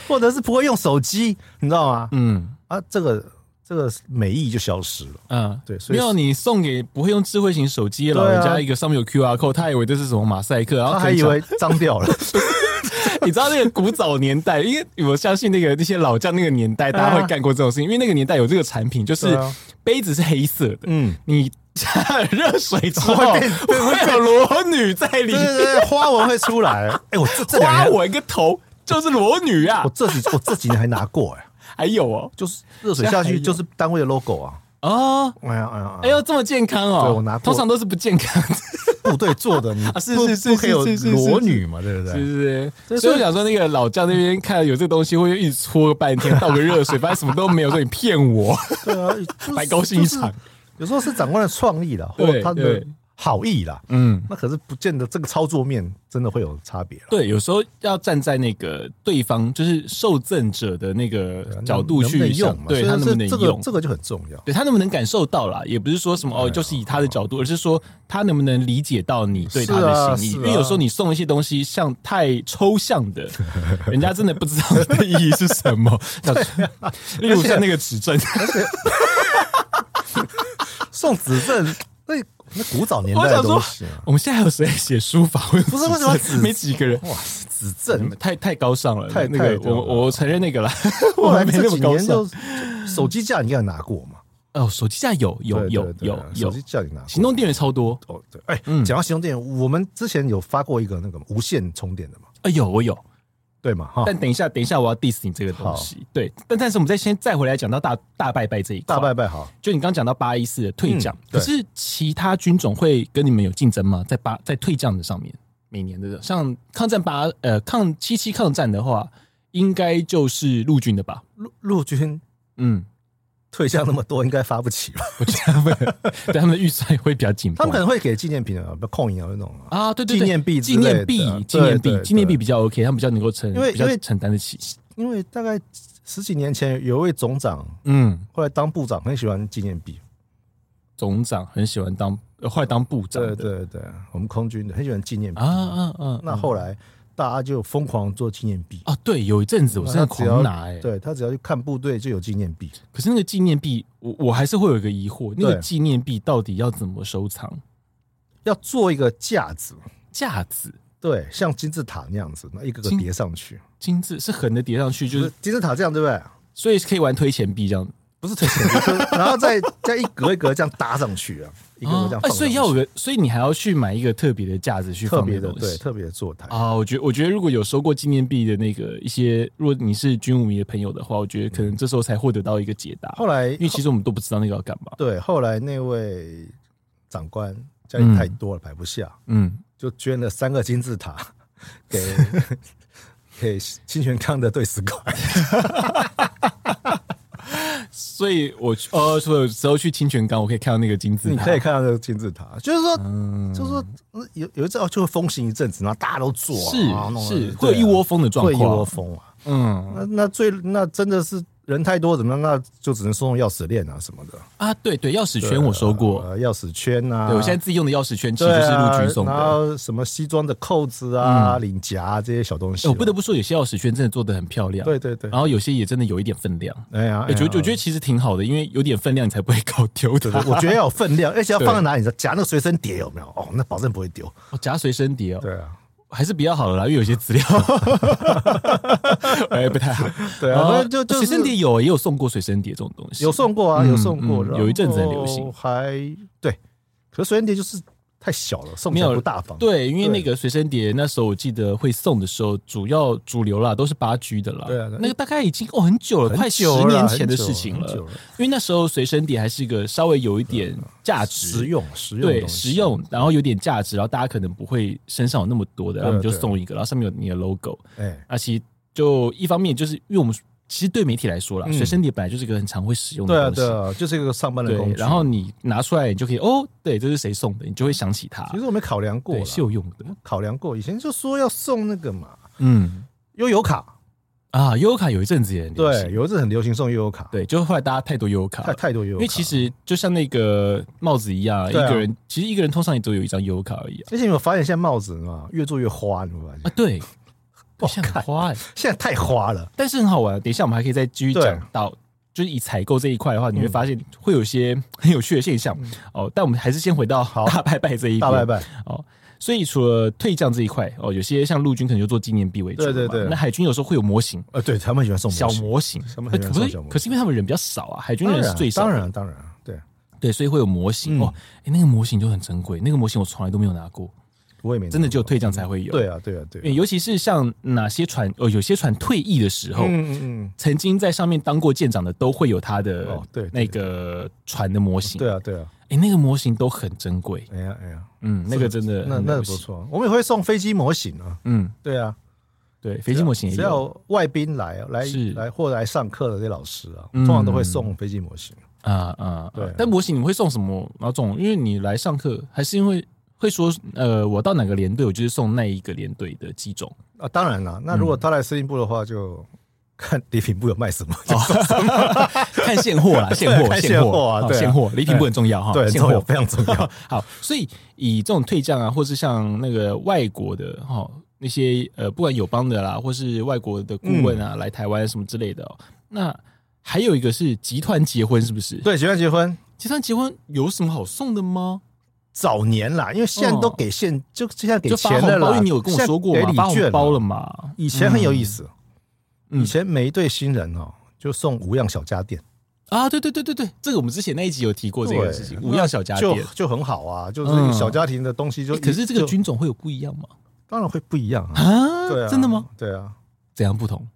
Speaker 2: 或者是不会用手机，你知道吗？
Speaker 1: 嗯
Speaker 2: 啊，这个这个美意就消失了。
Speaker 1: 嗯，
Speaker 2: 对所
Speaker 1: 没
Speaker 2: 以
Speaker 1: 有你送给不会用智慧型手机的老人
Speaker 2: 对
Speaker 1: 家
Speaker 2: 啊
Speaker 1: 一个上面有 QR code，他以为这是什么马赛克，然后
Speaker 2: 他
Speaker 1: 可
Speaker 2: 还
Speaker 1: 能
Speaker 2: 以
Speaker 1: 想
Speaker 2: 为脏掉 了，
Speaker 1: 你知道那个古早年代，因为我相信那个那些老将那个年代，大家会干过这种事情，因为那个年代有这个产品，就是
Speaker 2: 对啊
Speaker 1: 杯子是黑色的，
Speaker 2: 嗯，
Speaker 1: 你加了热水之 后
Speaker 2: 会变
Speaker 1: 会有裸女在里
Speaker 2: 对对
Speaker 1: 面，
Speaker 2: 对，花纹会出来。 哎、我这这两
Speaker 1: 花
Speaker 2: 年，
Speaker 1: 纹跟头就是裸女啊
Speaker 2: 我，这几我这几年还拿过哎、
Speaker 1: 还有哦
Speaker 2: 就是热水下去就是单位的 logo 啊。
Speaker 1: 哦，
Speaker 2: 哎呀哎呀，
Speaker 1: 哎呦这么健康
Speaker 2: 对我
Speaker 1: 哦
Speaker 2: 拿，过
Speaker 1: 通常都是不健康的，
Speaker 2: 不部队做 的，你
Speaker 1: 啊是
Speaker 2: 不
Speaker 1: 是是
Speaker 2: 不可以有
Speaker 1: 是是是是
Speaker 2: 裸女嘛，对不
Speaker 1: 是
Speaker 2: 对？
Speaker 1: 不是？所以我想说，那个老将那边看到有这个东西，会一直搓个半天，倒个热水，发现什么都没有，说你骗我，
Speaker 2: 对 啊，就是
Speaker 1: 白高兴一场。
Speaker 2: 就是有时候是长官的创意啦，或
Speaker 1: 对
Speaker 2: 他的
Speaker 1: 对
Speaker 2: 好意啦，
Speaker 1: 嗯。
Speaker 2: 那可是不见得这个操作面真的会有差别啦。
Speaker 1: 对，有时候要站在那个对方，就是受赠者的那个
Speaker 2: 对啊
Speaker 1: 角度
Speaker 2: 能不
Speaker 1: 去
Speaker 2: 能
Speaker 1: 想
Speaker 2: 用，嘛？
Speaker 1: 对他
Speaker 2: 所以
Speaker 1: 能不能
Speaker 2: 这这个哎
Speaker 1: 用
Speaker 2: 这，个就很重要。
Speaker 1: 对他能不能感受到啦，也不是说什么哦，就是以他的角度，而是说他能不能理解到你对他的心意。
Speaker 2: 是啊
Speaker 1: 因
Speaker 2: 是啊
Speaker 1: 为有时候你送一些东西，像太抽象 的，人家真的不知道你的意义是什么。
Speaker 2: 啊
Speaker 1: 例如像那个指针，
Speaker 2: 送子正，那那古早年
Speaker 1: 我
Speaker 2: 代的
Speaker 1: 想
Speaker 2: 东
Speaker 1: 说
Speaker 2: 西 啊，，
Speaker 1: 我们现在还有谁写书法？不
Speaker 2: 不是为什么指
Speaker 1: 没几个人？
Speaker 2: 哇，子正
Speaker 1: 太太高尚了，
Speaker 2: 太
Speaker 1: 那
Speaker 2: 太
Speaker 1: 个
Speaker 2: 高
Speaker 1: 我
Speaker 2: 了
Speaker 1: 我承认那个啦，我
Speaker 2: 后来
Speaker 1: 还没
Speaker 2: 这
Speaker 1: 那么
Speaker 2: 几
Speaker 1: 高
Speaker 2: 年
Speaker 1: 尚
Speaker 2: 就。手机架你应该有拿过嘛？
Speaker 1: 哦，手机架有有
Speaker 2: 对
Speaker 1: 有
Speaker 2: 对对啊
Speaker 1: 有
Speaker 2: 手
Speaker 1: 有
Speaker 2: 机，架你拿过。
Speaker 1: 行动嗯电源超多。
Speaker 2: 哦，对，哎，讲到行动电源，我们之前有发过一个那个无线充电的嘛，
Speaker 1: 哎有我有，
Speaker 2: 对嘛哈？
Speaker 1: 但等一下，等一下，我要 diss 你这个东西。对，但但是我们再先再回来讲到大大拜拜这一块。
Speaker 2: 大拜，拜好，
Speaker 1: 就你刚讲到八一四的退将，
Speaker 2: 嗯对
Speaker 1: 可是其他军种会跟你们有竞争吗？在八在退将的上面，每年的像抗战八呃抗七七抗战的话，应该就是陆军的吧？
Speaker 2: 陆陆军
Speaker 1: 嗯，
Speaker 2: 退项那么多，应该发不起吧？
Speaker 1: 我觉得他们对他们的预算会比较紧
Speaker 2: 他
Speaker 1: 绷
Speaker 2: 们可。能会给纪念品啊，不控银啊那种啊，
Speaker 1: 啊，对对对，
Speaker 2: 纪念币之
Speaker 1: 纪
Speaker 2: 类的
Speaker 1: 念币、
Speaker 2: 对
Speaker 1: 纪念
Speaker 2: 对
Speaker 1: 币、
Speaker 2: 对
Speaker 1: 纪念币比较 OK，他们比较能够承，
Speaker 2: 因为
Speaker 1: 比较
Speaker 2: 因为
Speaker 1: 承担得起。
Speaker 2: 因为大概十几年前有一位总长，
Speaker 1: 嗯，
Speaker 2: 后来当部长，很喜欢纪念币。
Speaker 1: 总长很喜欢当，呃后来当部长
Speaker 2: 对
Speaker 1: 的
Speaker 2: 对对，我们空军的很喜欢纪念币
Speaker 1: 啊。啊啊！
Speaker 2: 那后来大家就疯狂做纪念币，
Speaker 1: 啊，对，有一阵子我真的
Speaker 2: 他只要
Speaker 1: 狂拿哎、
Speaker 2: 对他只要去看部队就有纪念币，
Speaker 1: 可是那个纪念币，我我还是会有一个疑惑，那个
Speaker 2: 对
Speaker 1: 纪念币到底要怎么收藏？
Speaker 2: 要做一个架子，
Speaker 1: 架子
Speaker 2: 对，像金字塔那样子，那一个个
Speaker 1: 金
Speaker 2: 叠上去，
Speaker 1: 金字是横的叠上去，就
Speaker 2: 就是是金字塔这样对不对？
Speaker 1: 所以可以玩推钱币这样
Speaker 2: 不是推前面，就是 然后再再一格一格这样搭上去啊，一个格这
Speaker 1: 啊
Speaker 2: 样放
Speaker 1: 哎
Speaker 2: 上去。
Speaker 1: 所以要有个，所以你还要去买一个特别的架子去
Speaker 2: 特
Speaker 1: 放
Speaker 2: 别
Speaker 1: 那
Speaker 2: 的
Speaker 1: 东
Speaker 2: 对
Speaker 1: 西。
Speaker 2: 特别的坐台，
Speaker 1: 啊，我觉得我觉得如果有收过纪念币的那个一些，如果你是军武迷的朋友的话，我觉得可能这时候才获得到一个解答，
Speaker 2: 后来
Speaker 1: 因为其实我们都不知道那个要干嘛。
Speaker 2: 对，后来那位长官家
Speaker 1: 嗯
Speaker 2: 里太多了，摆不下，
Speaker 1: 嗯，
Speaker 2: 就捐了三个金字 塔给给清泉康的对死怪。
Speaker 1: 所以我去呃，所以有时候去清泉岗，我可以看到那个金字塔，嗯
Speaker 2: 你可以看到这个金字塔，就是说，就是说呃有有一阵哦就会风行一阵子，然后大家都做啊，然后弄得
Speaker 1: 是是
Speaker 2: 对啊
Speaker 1: 会有一窝蜂的状
Speaker 2: 会
Speaker 1: 况，
Speaker 2: 一窝蜂啊。
Speaker 1: 嗯
Speaker 2: 那那最那真的是人太多，怎么样那就只能送钥匙链啊什么的。
Speaker 1: 啊，对对，钥匙圈我收过，
Speaker 2: 呃，钥匙圈啊，
Speaker 1: 对我现在自己用的钥匙圈其
Speaker 2: 对
Speaker 1: 实
Speaker 2: 啊
Speaker 1: 就是陆军送的。嗯
Speaker 2: 然后什么西装的扣子啊、领夹、啊、这些小东西
Speaker 1: 哎
Speaker 2: 啊、
Speaker 1: 我不得不说，有些钥匙圈真的做的很漂亮，
Speaker 2: 对对对
Speaker 1: 然，后有些也真的有一点分量。
Speaker 2: 哎呀，
Speaker 1: 我觉得我
Speaker 2: 得
Speaker 1: 觉得其实挺好的，因为有点分量，你才不会搞丢
Speaker 2: 对
Speaker 1: 它。
Speaker 2: 对，我觉得要有分量，而且要
Speaker 1: 对
Speaker 2: 放在哪里？夹那个随身碟有没有？哦，那保证不会丢。
Speaker 1: 哦夹随身碟哦，
Speaker 2: 对啊，
Speaker 1: 还是比较好的啦，因为有 些资料哎不太好。
Speaker 2: 对啊，
Speaker 1: 哦
Speaker 2: 那就就是
Speaker 1: 随身碟有也有送过随身碟这种东西，
Speaker 2: 有送过啊，
Speaker 1: 嗯
Speaker 2: 有送过，
Speaker 1: 嗯
Speaker 2: 然后
Speaker 1: 有一阵子很流行
Speaker 2: 还对，可是随身碟就是太小了，送
Speaker 1: 没
Speaker 2: 起来
Speaker 1: 有
Speaker 2: 不大方。
Speaker 1: 对，因为
Speaker 2: 对
Speaker 1: 那个随身碟那时候我记得会送的时候，主要主流啦都是八 G 的啦。
Speaker 2: 对啊对啊
Speaker 1: 那个大概已经哦很久了，
Speaker 2: 很
Speaker 1: 快十
Speaker 2: 久了
Speaker 1: 年前的事情
Speaker 2: 很久了很久了
Speaker 1: 因为那时候随身碟还是一个稍微有一点价值，
Speaker 2: 实用实用
Speaker 1: 啊对
Speaker 2: 的东西
Speaker 1: 实用，然后有点价值，然后大家可能不会身上有那么多的，然后你就
Speaker 2: 对啊
Speaker 1: 送一个，然后上面有你的 logo。
Speaker 2: 哎，
Speaker 1: 啊，其实就一方面就是因为我们其实对媒体来说啦，
Speaker 2: 嗯
Speaker 1: 随身碟本来就是一个很常会使用
Speaker 2: 对
Speaker 1: 的
Speaker 2: 啊
Speaker 1: 东西。
Speaker 2: 对啊，就是一个上班的工
Speaker 1: 对，
Speaker 2: 具。
Speaker 1: 然后你拿出来，你就可以哦，对，这是谁送的，你就会想起它
Speaker 2: 其。实我没考量过
Speaker 1: 对，
Speaker 2: 啦，
Speaker 1: 是有用的。
Speaker 2: 考量过，以前就说要送那个嘛
Speaker 1: 嗯，
Speaker 2: 悠游卡，
Speaker 1: 啊，悠游卡有一阵子也很流行
Speaker 2: 对，有一阵很流行送悠游卡，
Speaker 1: 对，就后来大家太多悠游卡
Speaker 2: 太
Speaker 1: 了，
Speaker 2: 太多悠游
Speaker 1: 因
Speaker 2: 卡，
Speaker 1: 为其实就像那个帽子一样，一
Speaker 2: 对啊
Speaker 1: 个人其实一个人通常也都有一张悠游卡而已啊。
Speaker 2: 而且你有发现现在帽子嘛，越做越花，你有没有发现？
Speaker 1: 啊，对，
Speaker 2: 哇
Speaker 1: 像很花欸，
Speaker 2: 现在太花了，
Speaker 1: 但是很好玩。啊等一下我们还可以再继续
Speaker 2: 对
Speaker 1: 讲到。就是以采购这一块的话，你会发现会有一些 很有趣的现象、哦。但我们还是先回到大拜拜这一
Speaker 2: 嗯大
Speaker 1: 边
Speaker 2: 拜拜，
Speaker 1: 哦。所以除了退将这一块哦，有些像陆军可能就做纪念币为主嘛，
Speaker 2: 对对对
Speaker 1: 那海军有时候会有模型，
Speaker 2: 呃，对他们喜欢送
Speaker 1: 小
Speaker 2: 模型
Speaker 1: 模型，
Speaker 2: 他们
Speaker 1: 呃
Speaker 2: 很喜欢送
Speaker 1: 可是
Speaker 2: 小模型
Speaker 1: 可是因为他们人比较少啊，海军
Speaker 2: 当
Speaker 1: 人是
Speaker 2: 然
Speaker 1: 最少的
Speaker 2: 当然当然，对
Speaker 1: 对，所以会有模型、
Speaker 2: 嗯
Speaker 1: 哦。哎、那个模型就很珍贵，那个模型我从来都没有拿过，
Speaker 2: 我也没拿
Speaker 1: 真的只有
Speaker 2: 过
Speaker 1: 退将才会有。
Speaker 2: 对啊对啊对
Speaker 1: 因为
Speaker 2: 啊，
Speaker 1: 尤其是像哪些船，呃，有些船退役的时候，
Speaker 2: 嗯嗯嗯，
Speaker 1: 曾经在上面当过舰长的，都会有他的
Speaker 2: 哦对对
Speaker 1: 那个船的模型。
Speaker 2: 对啊对啊，
Speaker 1: 哎、那个模型都很珍贵，
Speaker 2: 哎呀哎呀，
Speaker 1: 嗯，那个真的
Speaker 2: 那
Speaker 1: 很
Speaker 2: 那
Speaker 1: 了
Speaker 2: 也
Speaker 1: 不
Speaker 2: 不
Speaker 1: 起，
Speaker 2: 错。我们也会送飞机模型啊，
Speaker 1: 嗯，
Speaker 2: 对啊，
Speaker 1: 对，飞机模型也
Speaker 2: 只
Speaker 1: 有
Speaker 2: 要外宾来啊来
Speaker 1: 是
Speaker 2: 来或来上课的这些老师啊，
Speaker 1: 嗯
Speaker 2: 通常都会送飞机模型。
Speaker 1: 啊啊，
Speaker 2: 对
Speaker 1: 对。但模型你们会送什么哪种？因为你来上课还是因为会说，呃，我到哪个连队，我就是送那一个连队的机种。
Speaker 2: 啊，当然啦，那如
Speaker 1: 嗯
Speaker 2: 果他来司令部的话，就 看礼品部有卖什么。就送什么
Speaker 1: 哦 看现货啦，现
Speaker 2: 对
Speaker 1: 货，
Speaker 2: 看
Speaker 1: 现
Speaker 2: 现货啊
Speaker 1: 好
Speaker 2: 对啊
Speaker 1: 现货，礼品不很重要哈，
Speaker 2: 对，很
Speaker 1: 现
Speaker 2: 重要，
Speaker 1: 货哦
Speaker 2: 非常重 要。
Speaker 1: 好，所以以这种退将啊，或是像那个外国的哈、哦那些呃，不管友邦的啦，或是外国的顾问
Speaker 2: 嗯
Speaker 1: 啊，来台湾什么之类的、哦，那还有一个是集团结婚，是不是？，
Speaker 2: 对，结婚结婚
Speaker 1: 集团结婚有什么好送的吗？
Speaker 2: 早年啦，因为现在都
Speaker 1: 嗯
Speaker 2: 给现，就现在给
Speaker 1: 就发
Speaker 2: 钱
Speaker 1: 红
Speaker 2: 了
Speaker 1: 包，因
Speaker 2: 啦。
Speaker 1: 为你有跟我
Speaker 2: 现在
Speaker 1: 说过
Speaker 2: 给
Speaker 1: 嘛，
Speaker 2: 礼
Speaker 1: 发红
Speaker 2: 券
Speaker 1: 包
Speaker 2: 啦
Speaker 1: 了嘛。
Speaker 2: 以前很有意思，
Speaker 1: 嗯
Speaker 2: 以前每一对新人哦，就送五样小家电，
Speaker 1: 啊，对对对对对，这个我们之前那一集有提过这个
Speaker 2: 对
Speaker 1: 事情，五样小家电
Speaker 2: 就。就很好啊，就
Speaker 1: 嗯
Speaker 2: 是小家庭的东西就
Speaker 1: 诶
Speaker 2: 一。
Speaker 1: 可是这个
Speaker 2: 就
Speaker 1: 军种会有不一样吗？
Speaker 2: 当然会不一样啊，
Speaker 1: 啊，
Speaker 2: 对啊，
Speaker 1: 真的吗？？
Speaker 2: 对啊，
Speaker 1: 怎样不同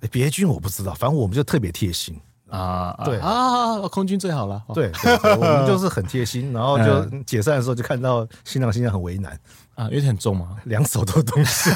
Speaker 2: 诶别军我不知道，反正我们就特别贴心。
Speaker 1: 啊？
Speaker 2: 对
Speaker 1: 啊，空军最好了。哦
Speaker 2: 对，对对我们就是很贴心，然后就
Speaker 1: 嗯
Speaker 2: 解散的时候就看到新郎新娘很为难，
Speaker 1: 啊，因为很重嘛，
Speaker 2: 两手都东 西，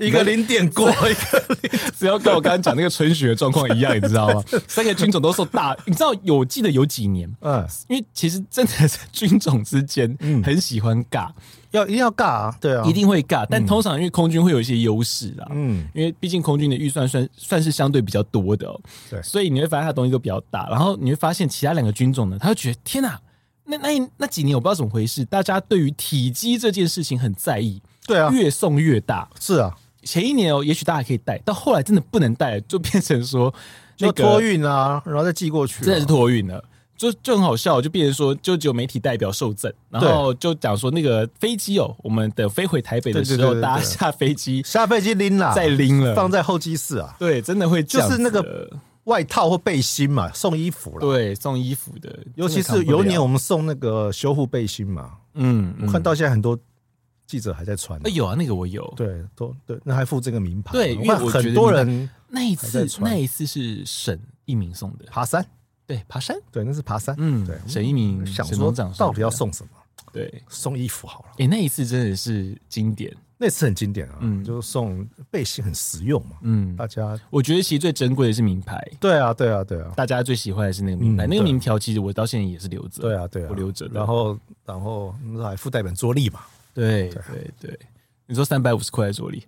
Speaker 2: 一个零点过，一个零
Speaker 1: 只要跟我刚刚讲那个春雪的状况一样，你知道 吗？三个军种都受大，你知道有记得有几年，
Speaker 2: 嗯，
Speaker 1: 因为其实真的是军种之间
Speaker 2: 嗯
Speaker 1: 很喜欢尬，
Speaker 2: 要一定要尬啊，对啊，
Speaker 1: 一，定会尬，但通常因为空军会有一些优势啦。
Speaker 2: 嗯，
Speaker 1: 因为毕竟空军的预算算算是相对比较多的、哦，
Speaker 2: 对
Speaker 1: 所以你会发现它东西都比较大，然后你会发现其他两个军种呢，他会觉得天哪、那那那几年我不知道怎么回事，大家对于体积这件事情很在意，
Speaker 2: 对啊，
Speaker 1: 越送越大。
Speaker 2: 是啊，
Speaker 1: 前一年哦，也许大家可以带，到后来真的不能带了，就变成说那
Speaker 2: 就
Speaker 1: 个
Speaker 2: 托运啊，然后再寄过去啊，
Speaker 1: 真的是托运了。就就很好笑，就变成说，就只有媒体代表受赠，然后就讲说那个飞机哦，我们等飞回台北的时
Speaker 2: 对对对
Speaker 1: 候，
Speaker 2: 对对
Speaker 1: 大家下飞机
Speaker 2: 下飞机拎啦，
Speaker 1: 再拎了，
Speaker 2: 放在候机室啊，
Speaker 1: 对，真的会这样子
Speaker 2: 就
Speaker 1: 的
Speaker 2: 是那个外套或背心嘛，送衣服了。
Speaker 1: 对送衣服的，
Speaker 2: 尤其
Speaker 1: 真
Speaker 2: 是
Speaker 1: 的扛
Speaker 2: 有
Speaker 1: 不了
Speaker 2: 一年我们送那个修护背心嘛，
Speaker 1: 嗯，
Speaker 2: 我
Speaker 1: 嗯
Speaker 2: 看到现在很多记者还在穿啊
Speaker 1: 啊，有啊，那个我有，
Speaker 2: 对，都对，那还附这个名牌，
Speaker 1: 对因为
Speaker 2: 看
Speaker 1: 我觉得
Speaker 2: 很多
Speaker 1: 你看
Speaker 2: 人
Speaker 1: 那一
Speaker 2: 还
Speaker 1: 次
Speaker 2: 在穿
Speaker 1: 那一次是沈一鸣送的，
Speaker 2: 爬山，
Speaker 1: 对，爬山，
Speaker 2: 对，那是爬山，
Speaker 1: 嗯
Speaker 2: 对，，
Speaker 1: 沈一鸣
Speaker 2: 想
Speaker 1: 沈
Speaker 2: 说
Speaker 1: 总长
Speaker 2: 到底要
Speaker 1: 的
Speaker 2: 送什么？
Speaker 1: 对，
Speaker 2: 送衣服好了，
Speaker 1: 哎，那一次真的是经典，
Speaker 2: 那次很经典啊，
Speaker 1: 嗯
Speaker 2: 就是送背心很实用嘛，
Speaker 1: 嗯，
Speaker 2: 大家
Speaker 1: 我觉得其实最珍贵的是名牌，
Speaker 2: 对啊，对啊，对啊，
Speaker 1: 大家最喜欢的是那个名牌，
Speaker 2: 嗯
Speaker 1: 那个
Speaker 2: 对
Speaker 1: 名条其实我到现在也是留着。
Speaker 2: 对啊，对啊，
Speaker 1: 我留着的
Speaker 2: 然后然后那时候还附带本桌历嘛，
Speaker 1: 对对对，你说三百五十块在 左里，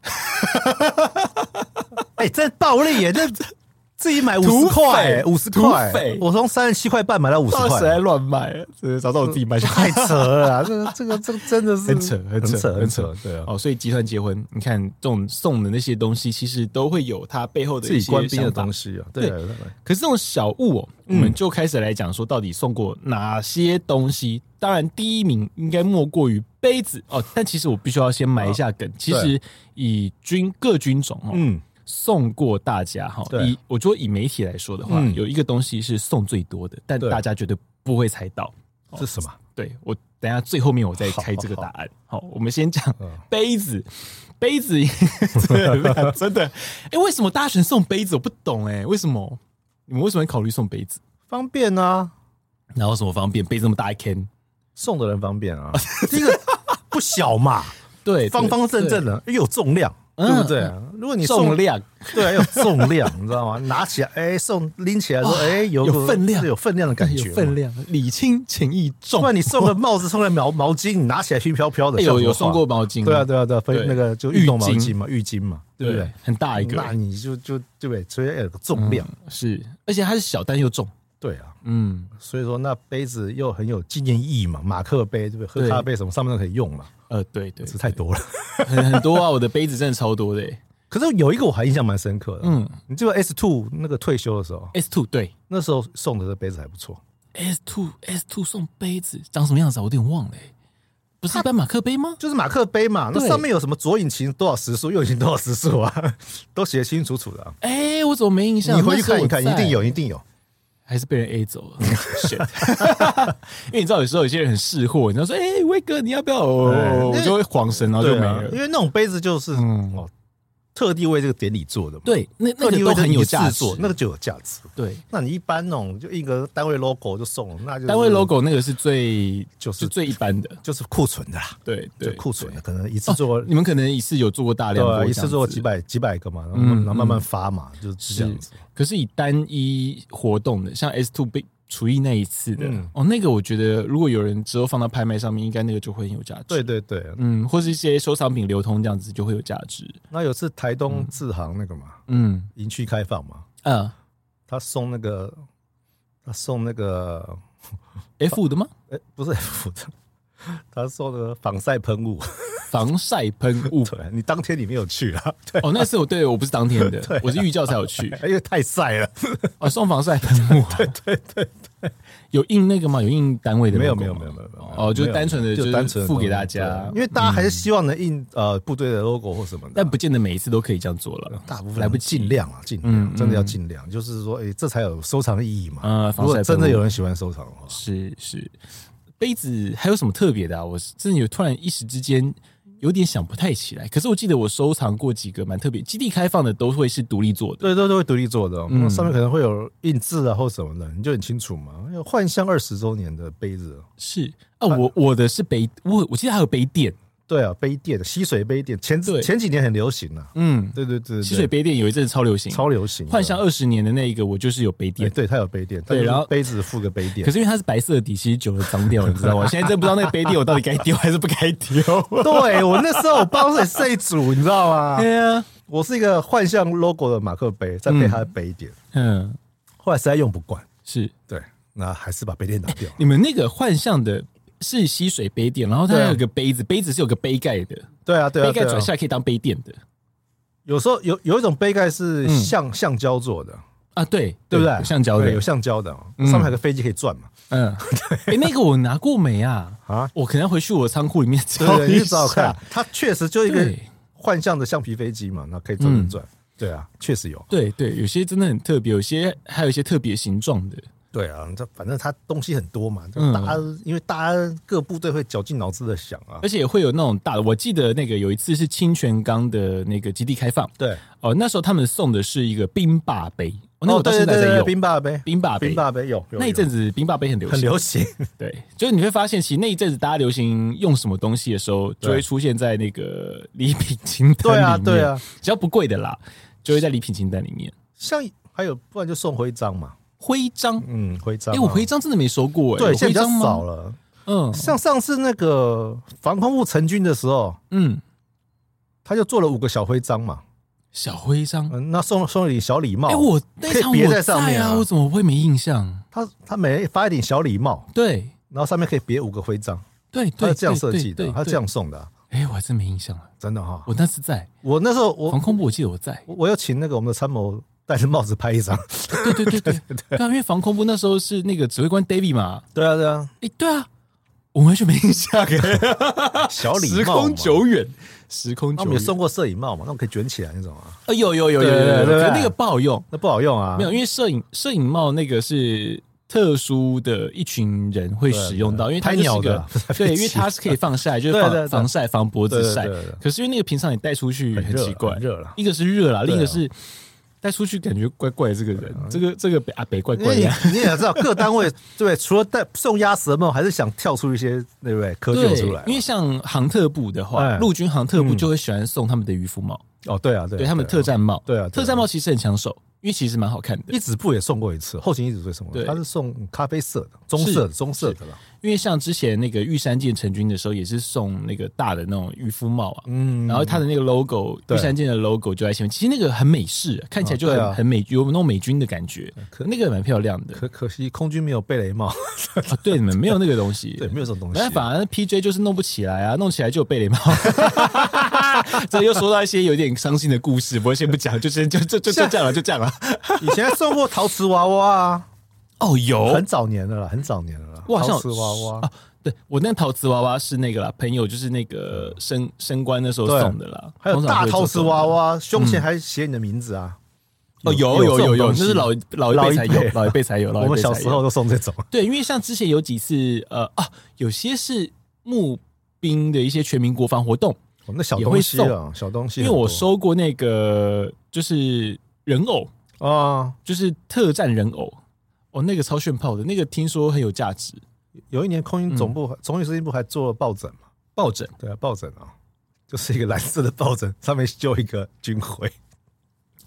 Speaker 2: 哎，这暴利耶， 这自己买五
Speaker 1: 土
Speaker 2: 十
Speaker 1: 匪
Speaker 2: 块，五十块
Speaker 1: 土匪，
Speaker 2: 我从三十七块半买到五十
Speaker 1: 到底谁在
Speaker 2: 块。
Speaker 1: 乱卖啊？真的找到我自己卖
Speaker 2: 太扯了啊，这个这个这个真的是
Speaker 1: 很扯，
Speaker 2: 很
Speaker 1: 扯，
Speaker 2: 很扯，对啊，
Speaker 1: 哦，所以集团结婚，你看这种送的那些东西，其实都会有它背后的
Speaker 2: 自
Speaker 1: 一
Speaker 2: 己
Speaker 1: 些
Speaker 2: 官兵的
Speaker 1: 想法
Speaker 2: 东。西啊，对啊，对啊
Speaker 1: 可是这种小物哦，
Speaker 2: 嗯
Speaker 1: 我们就开始来讲说，到底送过哪些东西？当然，第一名应该莫过于杯子哦。但其实我必须要先埋一下梗，其实以军各军种哦，
Speaker 2: 嗯，
Speaker 1: 送过大家哈。
Speaker 2: 对
Speaker 1: 以我觉得以媒体来说的话，
Speaker 2: 嗯
Speaker 1: 有一个东西是送最多的，但
Speaker 2: 对
Speaker 1: 大家绝对不会猜到。
Speaker 2: 这是什么？
Speaker 1: 对我等一下最后面我再开这个答案。好我们先讲
Speaker 2: 嗯
Speaker 1: 杯子，杯子 真的真的，哎、为什么大家选送杯子？我不懂哎、为什么你们为什么会考虑送杯子？
Speaker 2: 方便啊，
Speaker 1: 然后什么方便？杯这么大一 can，
Speaker 2: 送的人方便 啊，这个不小嘛，
Speaker 1: 哎对，
Speaker 2: 方方正正
Speaker 1: 的
Speaker 2: 的，又有重量，
Speaker 1: 嗯
Speaker 2: 对不对？如果你送
Speaker 1: 重，量，
Speaker 2: 对，有重量，你知道吗？拿起来，哎，送拎起来说，哎，有
Speaker 1: 有分量
Speaker 2: 有分量的感觉，
Speaker 1: 有分。量，礼轻情意重
Speaker 2: 不。然你送个帽子，送个毛毛巾，你拿起来轻飘飘的，
Speaker 1: 哎
Speaker 2: 像
Speaker 1: 有
Speaker 2: 什么
Speaker 1: 有
Speaker 2: 话
Speaker 1: 送过毛巾，
Speaker 2: 对啊，对啊，对啊，分
Speaker 1: 对
Speaker 2: 那个就运动毛
Speaker 1: 浴
Speaker 2: 巾
Speaker 1: 巾
Speaker 2: 嘛，浴巾嘛，对
Speaker 1: 对
Speaker 2: 不对？
Speaker 1: 很大一个，
Speaker 2: 那你就就对不对？所以要有个重量，
Speaker 1: 嗯是，而且它是小但又重，
Speaker 2: 对啊，
Speaker 1: 嗯
Speaker 2: 所以说那杯子又很有纪念意义嘛，马克杯对不对？喝
Speaker 1: 对
Speaker 2: 咖啡什么上面都可以用嘛，
Speaker 1: 呃，对对，
Speaker 2: 这太多了。
Speaker 1: 很很多啊，我的杯子真的超多的、欸，
Speaker 2: 可是有一个我还印象蛮深刻的，
Speaker 1: 嗯
Speaker 2: 你记得 S Two 那个退休的时候，
Speaker 1: ，S two 对。
Speaker 2: 那时候送的这杯子还不错，
Speaker 1: S two S two 送杯子长什么样子啊？我有点忘了、欸，不是一般马克杯吗？
Speaker 2: 就是马克杯嘛，那
Speaker 1: 对
Speaker 2: 上面有什么左引擎多少时速，右引擎多少时速啊， 都写得清楚楚的啊。
Speaker 1: 哎、我怎么没印象？
Speaker 2: 你回去看一看，
Speaker 1: 那时候
Speaker 2: 一定，
Speaker 1: 我在
Speaker 2: 有，一定有。
Speaker 1: 还是被人 A 走 了。Shit 因为你知道有时候有些人很识货，你知道说，哎、威哥你要不要？
Speaker 2: 哎
Speaker 1: 我就会晃神，然后就没
Speaker 2: 对啊
Speaker 1: 了。
Speaker 2: 因为那种杯子就是、哦，特地为这个典礼做的嘛，
Speaker 1: 对，那那
Speaker 2: 特
Speaker 1: 个
Speaker 2: 地为
Speaker 1: 都
Speaker 2: 这个
Speaker 1: 很有
Speaker 2: 仪式
Speaker 1: 价值
Speaker 2: 做，，那个就有价值。
Speaker 1: 对。
Speaker 2: 那你一般那种就一个单位 logo 就送了，那就
Speaker 1: 单位 logo 那个是最
Speaker 2: 就是
Speaker 1: 就最一般的，
Speaker 2: 就是库存的啦，
Speaker 1: 对
Speaker 2: 就
Speaker 1: 对，
Speaker 2: 库存的，可能一次做
Speaker 1: 你们可能一次有做过大
Speaker 2: 哦对
Speaker 1: 量波这
Speaker 2: 啊，
Speaker 1: 样
Speaker 2: 一
Speaker 1: 子，
Speaker 2: 次做几百几百个嘛，然后
Speaker 1: 嗯
Speaker 2: 然后慢慢发嘛，就是这样
Speaker 1: 是
Speaker 2: 子。，
Speaker 1: 可是以单一活动的，像 S Two 被除以那一次的、
Speaker 2: 嗯
Speaker 1: 哦，那个我觉得如果有人之后放到拍卖上面，应该那个就会很有价值。
Speaker 2: 对，对对，
Speaker 1: 嗯，或是一些收藏品流通这样子就会有价值。
Speaker 2: 那有次台东志航那个嘛，
Speaker 1: 嗯
Speaker 2: 营区开放嘛，
Speaker 1: 嗯
Speaker 2: 他送那个他送那个
Speaker 1: ，F 五的吗？
Speaker 2: 哎、不是 F 的， 他送的防晒喷雾。
Speaker 1: 防晒喷雾
Speaker 2: 对你当天你没有去啊？ 对，
Speaker 1: 哦，那次我对我不是当天 的，
Speaker 2: 对啊
Speaker 1: 我是预教才有去。
Speaker 2: 因为太晒了。
Speaker 1: 哦，送防晒喷雾、 对对对对，有印那个吗？有印单位的
Speaker 2: 没有
Speaker 1: logo
Speaker 2: 没有
Speaker 1: 吗
Speaker 2: 没有没有没有
Speaker 1: 哦，就是单纯的
Speaker 2: 就单纯的
Speaker 1: 付给
Speaker 2: 东西
Speaker 1: 大家嗯
Speaker 2: 对因，为大家还是希望能印呃部队的 logo 或什么的啊。
Speaker 1: 但不见得每一次都可以这样做了。
Speaker 2: 大部分
Speaker 1: 来不及
Speaker 2: 尽量啊，尽
Speaker 1: 嗯
Speaker 2: 量，真的要
Speaker 1: 嗯
Speaker 2: 尽量，就是说，哎，这才有收藏的意义嘛。
Speaker 1: 呃防
Speaker 2: 如果
Speaker 1: 晒
Speaker 2: 真
Speaker 1: 喷
Speaker 2: 的
Speaker 1: 雾
Speaker 2: 有人喜欢收藏的话，
Speaker 1: 是是，杯子还有什么特别的啊？我是真的有突然一时之间有点想不太起来。可是我记得我收藏过几个蛮特别，基地开放的都会是独立做的。
Speaker 2: 对，都都会独立做的哦，
Speaker 1: 嗯
Speaker 2: 那上面可能会有印字啊或什么的，你就很清楚嘛。有幻象二十周年的杯子，
Speaker 1: 是啊，我我的是杯，我我记得还有杯垫，
Speaker 2: 对啊，杯垫、吸水杯垫，前
Speaker 1: 对
Speaker 2: 前几年很流行 啊。
Speaker 1: 嗯，
Speaker 2: 对对对，对
Speaker 1: 吸水杯垫有一阵超流行，
Speaker 2: 超流行的，
Speaker 1: 幻象二十年的那一个，我就是有杯
Speaker 2: 哎
Speaker 1: 垫。
Speaker 2: 对，它有杯垫，它
Speaker 1: 对
Speaker 2: 就是
Speaker 1: 然后
Speaker 2: 杯子附个杯垫
Speaker 1: 可。是因为它是白色的底，其实久了脏掉了，你知道吗？我现在真不知道那个杯垫我到底该丢还是不该丢。
Speaker 2: 对我那时候我帮水这一组，你知道 吗
Speaker 1: 对？呀，
Speaker 2: 我是一个幻象 logo 的马克杯，再配它的杯垫，
Speaker 1: 嗯，
Speaker 2: 后来实在用不惯，
Speaker 1: 是
Speaker 2: 对，那还是把杯垫拿 掉。
Speaker 1: 你们那个幻象的是吸水杯垫，然后它
Speaker 2: 对啊
Speaker 1: 还有个杯子，杯子是有个杯盖的，
Speaker 2: 对啊，对啊，对
Speaker 1: 杯盖
Speaker 2: 啊
Speaker 1: 转下来可以当杯垫的
Speaker 2: 有时候有有一种杯盖是
Speaker 1: 嗯
Speaker 2: 橡、橡胶做的，
Speaker 1: 啊，对
Speaker 2: 对不对？
Speaker 1: 有橡胶的
Speaker 2: 对有，橡胶的，哦
Speaker 1: 嗯
Speaker 2: 上面还有个飞机可以转嘛。
Speaker 1: 嗯， 哎，那个我拿过没啊？
Speaker 2: 啊，
Speaker 1: 我可能要回去我仓库里面
Speaker 2: 对不
Speaker 1: 找
Speaker 2: 对，你
Speaker 1: 一
Speaker 2: 去找看
Speaker 1: 下。，
Speaker 2: 它确实就一个
Speaker 1: 对
Speaker 2: 幻象的橡皮飞机嘛，那可以转转转。对啊，确实有。
Speaker 1: 对对，有些真的很特别，有些还有一些特别形状的，
Speaker 2: 对啊，这反正它东西很多嘛，就
Speaker 1: 嗯
Speaker 2: 大家、因为大家各部队会绞尽脑汁的想啊
Speaker 1: 而。且会有那种大的。我记得那个有一次是清泉岗的那个基地开放，
Speaker 2: 对，
Speaker 1: 哦，那时候他们送的是一个冰霸杯，哦，那个我到
Speaker 2: 对
Speaker 1: 现
Speaker 2: 对
Speaker 1: 在
Speaker 2: 对
Speaker 1: 还在
Speaker 2: 对，
Speaker 1: 用
Speaker 2: 冰霸杯，
Speaker 1: 冰霸杯
Speaker 2: 冰。霸杯有有
Speaker 1: 那一阵
Speaker 2: 子
Speaker 1: 子冰霸杯很流
Speaker 2: 很
Speaker 1: 行，
Speaker 2: 流行，
Speaker 1: 对，就是你会发现，其实那一阵子大家流行用什么东西的时候，就会
Speaker 2: 对
Speaker 1: 出现在那个礼品清单
Speaker 2: 对
Speaker 1: 里
Speaker 2: 啊
Speaker 1: 面。
Speaker 2: 对啊，
Speaker 1: 只要不贵的啦，就会在礼品清单里面。
Speaker 2: 像还有不然就送徽章嘛，
Speaker 1: 徽章，
Speaker 2: 嗯，徽章
Speaker 1: 哎、
Speaker 2: 啊。
Speaker 1: 我徽章真的没收过、哎，
Speaker 2: 对
Speaker 1: 有
Speaker 2: 现在
Speaker 1: 徽
Speaker 2: 比
Speaker 1: 章
Speaker 2: 较
Speaker 1: 吗
Speaker 2: 少。了。
Speaker 1: 嗯
Speaker 2: 像上次那个防空雾成军的时候，
Speaker 1: 嗯，
Speaker 2: 他就做了五个小徽章嘛，
Speaker 1: 小徽章，哎、
Speaker 2: 嗯，那送送了一顶小礼帽，
Speaker 1: 我那一场
Speaker 2: 可以别
Speaker 1: 我
Speaker 2: 在上面
Speaker 1: 啊，
Speaker 2: 啊
Speaker 1: 我怎么会没印象？
Speaker 2: 他他每人发一顶小礼帽，
Speaker 1: 对
Speaker 2: 然后上面可以别五个徽章，
Speaker 1: 对
Speaker 2: 他
Speaker 1: 对，
Speaker 2: 是这样
Speaker 1: 对
Speaker 2: 设计的，他是这，样
Speaker 1: 对
Speaker 2: 送的啊，
Speaker 1: 对对哎、我还真没印象了。
Speaker 2: 真的哈。
Speaker 1: 我那次在
Speaker 2: 我那时候我
Speaker 1: 防空部，我记得我在。
Speaker 2: 我我有请那个我们的参谋戴着帽子拍一张，
Speaker 1: 对对对 对对啊，因为防空部那时候是那个指挥官 David 嘛，
Speaker 2: 对啊对啊，
Speaker 1: 哎、 对啊，我完全没印象哎，
Speaker 2: 小礼
Speaker 1: 时
Speaker 2: 帽
Speaker 1: 空
Speaker 2: 嘛
Speaker 1: 久远，时空
Speaker 2: 那
Speaker 1: 久
Speaker 2: 我们有
Speaker 1: 远。
Speaker 2: 送过摄影帽嘛，那种可以卷起来那种啊，
Speaker 1: 呃，有有有有有
Speaker 2: 对对
Speaker 1: 有，
Speaker 2: 对对
Speaker 1: 可
Speaker 2: 对
Speaker 1: 是那个不好用，
Speaker 2: 那不好用啊，
Speaker 1: 没有，因为摄影摄影帽那个是特殊的一群人会使用到，因为它
Speaker 2: 拍
Speaker 1: 就是
Speaker 2: 鸟的
Speaker 1: 个
Speaker 2: 啊
Speaker 1: 对，因为它是可以放晒，就是
Speaker 2: 对对
Speaker 1: 防
Speaker 2: 对
Speaker 1: 防晒、防脖子晒
Speaker 2: 对对对对。
Speaker 1: 可是因为那个平常你带出去
Speaker 2: 很
Speaker 1: 很
Speaker 2: 热
Speaker 1: 奇怪
Speaker 2: 很，热了。
Speaker 1: 一个是热啦，另一个
Speaker 2: 对啊嗯
Speaker 1: 是带出去感觉怪怪，这个人，这个这个北阿北怪
Speaker 2: 因
Speaker 1: 怪
Speaker 2: 为
Speaker 1: 的。
Speaker 2: 你你也知道，各单位 对，除了带送鸭舌帽，还是想跳出一些对不对科技出来嘛。
Speaker 1: 因为像航特部的话，
Speaker 2: 哎
Speaker 1: 陆军航特部就会喜欢送他们的渔夫帽，
Speaker 2: 哦，对啊，对啊
Speaker 1: 对他们的特战帽，
Speaker 2: 对啊对啊
Speaker 1: 特战帽其实很抢手，因为其实蛮好看的。
Speaker 2: 一指部也送过一次，后勤一指部也送过一次，
Speaker 1: 对
Speaker 2: 他是送咖啡色的、棕色的、棕色的了。
Speaker 1: 因为像之前那个玉山舰成军的时候，也是送那个大的那种渔夫帽啊，
Speaker 2: 嗯
Speaker 1: 然后它的那个 logo，玉
Speaker 2: 对
Speaker 1: 山舰的 logo 就在前面，其实那个很美式，看起来就
Speaker 2: 哦
Speaker 1: 很、
Speaker 2: 对啊
Speaker 1: 很美，有那种美军的感觉，那个蛮漂亮的
Speaker 2: 可可惜空军没有贝雷帽，
Speaker 1: 啊。对，你们没有那个东西，
Speaker 2: 对，没有这种东西。
Speaker 1: 那反而 PJ 就是弄不起来啊，弄起来就有贝雷帽。 这又说到一些有点伤心的故事，不过先不讲，就是就就就就这样了，就这样了。
Speaker 2: 以前还送过陶瓷娃娃啊，
Speaker 1: 哦，有
Speaker 2: 很早年的了，很早年的了。
Speaker 1: 我好像
Speaker 2: 陶瓷娃娃
Speaker 1: 啊，对我那陶瓷娃娃是那个啦，朋友就是那个升升官的时候
Speaker 2: 对
Speaker 1: 送的啦，
Speaker 2: 还有
Speaker 1: 通常
Speaker 2: 大
Speaker 1: 会这
Speaker 2: 陶
Speaker 1: 种
Speaker 2: 瓷娃娃，啊胸前还写你的名字啊。
Speaker 1: 哦，有
Speaker 2: 有
Speaker 1: 有
Speaker 2: 这种
Speaker 1: 有有，
Speaker 2: 东
Speaker 1: 那
Speaker 2: 西
Speaker 1: 是老老一
Speaker 2: 老一
Speaker 1: 辈才
Speaker 2: 辈
Speaker 1: 有，老一辈才有，老一
Speaker 2: 我们
Speaker 1: 辈
Speaker 2: 小
Speaker 1: 才
Speaker 2: 时
Speaker 1: 有
Speaker 2: 候都送 这种，
Speaker 1: 对，因为像之前有几次呃啊，有些是募兵的一些全民国防活动，
Speaker 2: 哦那小
Speaker 1: 也会
Speaker 2: 东西啊
Speaker 1: 送，
Speaker 2: 小东西
Speaker 1: 因
Speaker 2: 很
Speaker 1: 为
Speaker 2: 多，
Speaker 1: 我收过那个就是人偶，
Speaker 2: 啊，
Speaker 1: 就是特战人偶，哦，那个超炫炮的，那个听说很有价值。
Speaker 2: 有一年空军总部总司令部还做了抱枕嘛，
Speaker 1: 嗯抱枕
Speaker 2: 对啊，抱枕啊，就是一个蓝色的抱枕，上面就一个军 徽，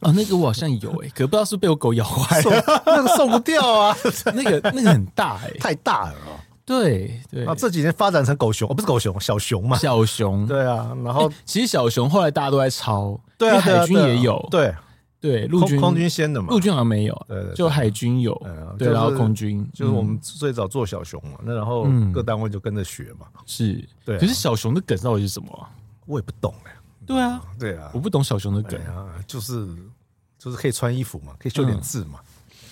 Speaker 1: 哦，那个我好像有哎、 可不知道是不是被我狗咬坏了。
Speaker 2: 那个送不掉啊，
Speaker 1: 那个那个很大哎、
Speaker 2: 太大了啊。
Speaker 1: 对对
Speaker 2: 啊，这几年发展成狗熊，哦，不是狗熊，小熊嘛。
Speaker 1: 小熊，
Speaker 2: 对啊，然后
Speaker 1: 其实小熊后来大家都在抄，
Speaker 2: 对
Speaker 1: 因
Speaker 2: 啊，
Speaker 1: 为
Speaker 2: 对啊
Speaker 1: 海军
Speaker 2: 对啊
Speaker 1: 也有，
Speaker 2: 对，
Speaker 1: 对陆
Speaker 2: 空
Speaker 1: 军
Speaker 2: 空军先的嘛
Speaker 1: 陆，军好像没有，
Speaker 2: 对对对
Speaker 1: 就海军有
Speaker 2: 嗯，
Speaker 1: 对，
Speaker 2: 就是
Speaker 1: 然后空军
Speaker 2: 就是我
Speaker 1: 嗯
Speaker 2: 们最早做小熊嘛，那然后
Speaker 1: 嗯
Speaker 2: 各单位就跟着学嘛。
Speaker 1: 是，
Speaker 2: 对啊
Speaker 1: 可是小熊的梗到底是什么啊？
Speaker 2: 我也不懂哎，
Speaker 1: 对啊，
Speaker 2: 对啊
Speaker 1: 我，不懂小熊的梗
Speaker 2: 对，啊，就是就是可以穿衣服嘛，可以绣点字嘛。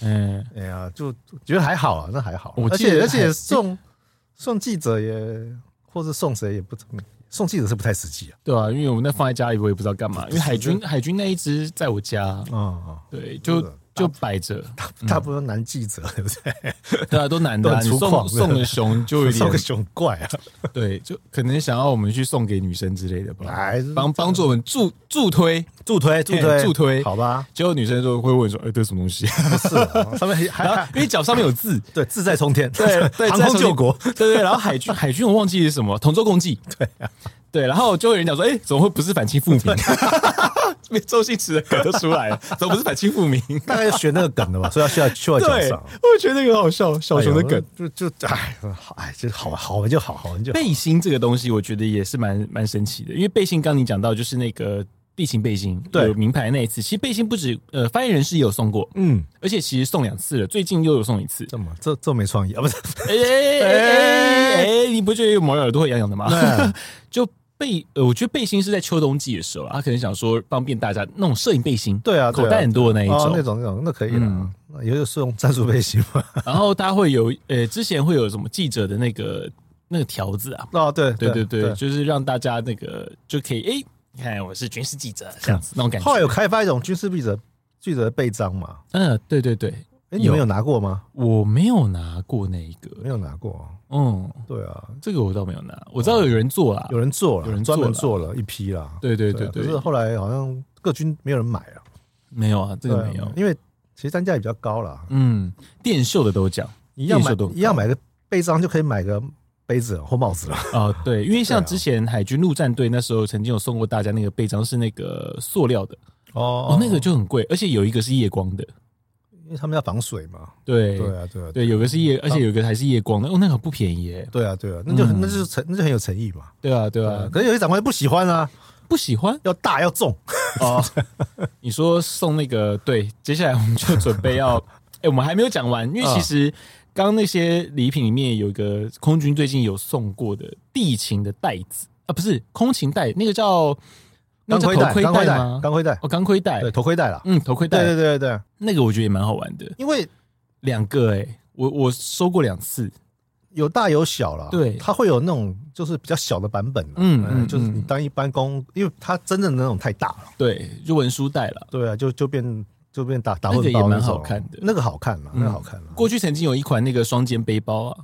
Speaker 1: 嗯，
Speaker 2: 哎呀，就觉得还好啊，那还好啊。
Speaker 1: 我
Speaker 2: 而
Speaker 1: 记得
Speaker 2: 且而且
Speaker 1: 还
Speaker 2: 送送记者也，或者送谁也不送记者是不太实际啊。
Speaker 1: 对啊，因为我那放在家里，我也不知道干 嘛，因为海军海军那一只在我家，
Speaker 2: 啊啊，
Speaker 1: 对，就
Speaker 2: 真的
Speaker 1: 就摆着，
Speaker 2: 嗯大部分男记者对不对？
Speaker 1: 对啊，都男的啊，
Speaker 2: 都
Speaker 1: 你
Speaker 2: 很粗犷
Speaker 1: 送送的熊就 有
Speaker 2: 送
Speaker 1: 点
Speaker 2: 个熊怪啊，
Speaker 1: 对，就可能想要我们去送给女生之类的吧，
Speaker 2: 哎，
Speaker 1: 帮帮助我们助助推。
Speaker 2: 助推 助
Speaker 1: 嘿
Speaker 2: 推
Speaker 1: 助推
Speaker 2: 好吧？
Speaker 1: 结果女生就会问说：“哎、这是什么东西
Speaker 2: 不是啊，上面还？”还
Speaker 1: 因为脚上面有 字，
Speaker 2: 对志在冲天， 航
Speaker 1: 在
Speaker 2: 空救国，
Speaker 1: 对对。然后海军海军我忘记是什么，同舟共济， 对啊对。然后就有人讲说：“哎、怎么会不是反清复 明？”啊周星驰的梗都出来了，怎么不是反清复明？
Speaker 2: 大概就学那个梗的吧，所以要需要需要讲
Speaker 1: 对，
Speaker 2: 上。
Speaker 1: 我觉得那个好笑，小熊的梗。
Speaker 2: 哎呦就就哎好哎，就好好玩就好，好玩就好。
Speaker 1: 背心这个东西，我觉得也是蛮蛮神奇的，因为背心刚刚你讲到就是那个地勤背心，
Speaker 2: 对
Speaker 1: 有名牌那一次，其实背心不止呃发言人是也有送过，
Speaker 2: 嗯，
Speaker 1: 而且其实送两次了，最近又有送一次。
Speaker 2: 这么这这么没创意啊？不是，
Speaker 1: 哎哎哎哎哎，你不觉得毛耳朵会痒痒的吗？就背呃，我觉得背心是在秋冬季的时候啊，他可能想说方便大家那种摄影背心，
Speaker 2: 对啊，对啊
Speaker 1: 口袋很多的那一
Speaker 2: 哦
Speaker 1: 种，
Speaker 2: 那种那种那可以
Speaker 1: 嗯
Speaker 2: 了，那也就是用战术背心嘛。
Speaker 1: 然后他会有呃，之前会有什么记者的那个那个条子啊，
Speaker 2: 哦，对
Speaker 1: 对对对，就是让大家那个就可以哎。你看，我是军事记者，这样子那种感
Speaker 2: 后来
Speaker 1: 觉。
Speaker 2: 有开发一种军事记者记者的背章嘛？
Speaker 1: 嗯，对对对，
Speaker 2: 哎，你们
Speaker 1: 有
Speaker 2: 有拿过吗？
Speaker 1: 我没有拿过那一个，
Speaker 2: 没有拿过，
Speaker 1: 嗯，
Speaker 2: 对啊，
Speaker 1: 这个我倒没有拿，我知道有人做啦，
Speaker 2: 有人做了，
Speaker 1: 有人做
Speaker 2: 专
Speaker 1: 了
Speaker 2: 门做了一批啦。
Speaker 1: 对对对
Speaker 2: 啊
Speaker 1: 对，
Speaker 2: 可是后来好像各军没有人买啊，
Speaker 1: 没有啊，这
Speaker 2: 对
Speaker 1: 个
Speaker 2: 啊
Speaker 1: 没有，
Speaker 2: 因为其实单价也比较高啦，
Speaker 1: 嗯，电绣的 都讲
Speaker 2: 一样买
Speaker 1: 电视都很高
Speaker 2: 一样买个背章就可以买个杯子或帽子了。
Speaker 1: 哦，对，因为像
Speaker 2: 对啊
Speaker 1: 之前海军陆战队那时候曾经有送过大家那个背章是那个塑料的，
Speaker 2: 哦
Speaker 1: 哦，那个就很贵，而且有一个是夜光的，
Speaker 2: 因为他们要防水嘛。
Speaker 1: 对
Speaker 2: 对啊，对啊，
Speaker 1: 对有个是夜，而且有一个还是夜光的，哦，那个不便宜耶，
Speaker 2: 对啊，对啊，那就
Speaker 1: 嗯
Speaker 2: 很那就是诚那就很有诚意嘛。
Speaker 1: 对啊对
Speaker 2: 对啊
Speaker 1: 啊，，
Speaker 2: 可是有些长官不喜欢啊，
Speaker 1: 不喜欢
Speaker 2: 要大要重，
Speaker 1: 哦， 你说送那个对，接下来我们就准备 要，哎，我们还没有讲完，因为
Speaker 2: 嗯
Speaker 1: 其实刚刚那些礼品里面有一个空军最近有送过的地勤的袋子啊，不是空勤袋，那个叫那
Speaker 2: 钢
Speaker 1: 个叫
Speaker 2: 盔带，钢
Speaker 1: 头盔
Speaker 2: 盔带
Speaker 1: 吗，？
Speaker 2: 钢盔带，
Speaker 1: 哦，钢盔带，
Speaker 2: 对，头盔带啦。
Speaker 1: 嗯，头盔
Speaker 2: 对对
Speaker 1: 带
Speaker 2: 对对，
Speaker 1: 那个我觉得也蛮好玩的，
Speaker 2: 因为
Speaker 1: 两个哎、我我收过两次，
Speaker 2: 有大有小啦，
Speaker 1: 对
Speaker 2: 它会有那种就是比较小的版本啦，
Speaker 1: 嗯嗯
Speaker 2: 就是你
Speaker 1: 嗯
Speaker 2: 当一般工，因为它真正的那种太大了，
Speaker 1: 对，就文书带了。
Speaker 2: 对啊，就就变就变打打
Speaker 1: 那个
Speaker 2: 混
Speaker 1: 也
Speaker 2: 包
Speaker 1: 蛮
Speaker 2: 种
Speaker 1: 好看的
Speaker 2: 那个好看了，
Speaker 1: 嗯
Speaker 2: 那个好看了，
Speaker 1: 过去曾经有一款那个双肩背包啊，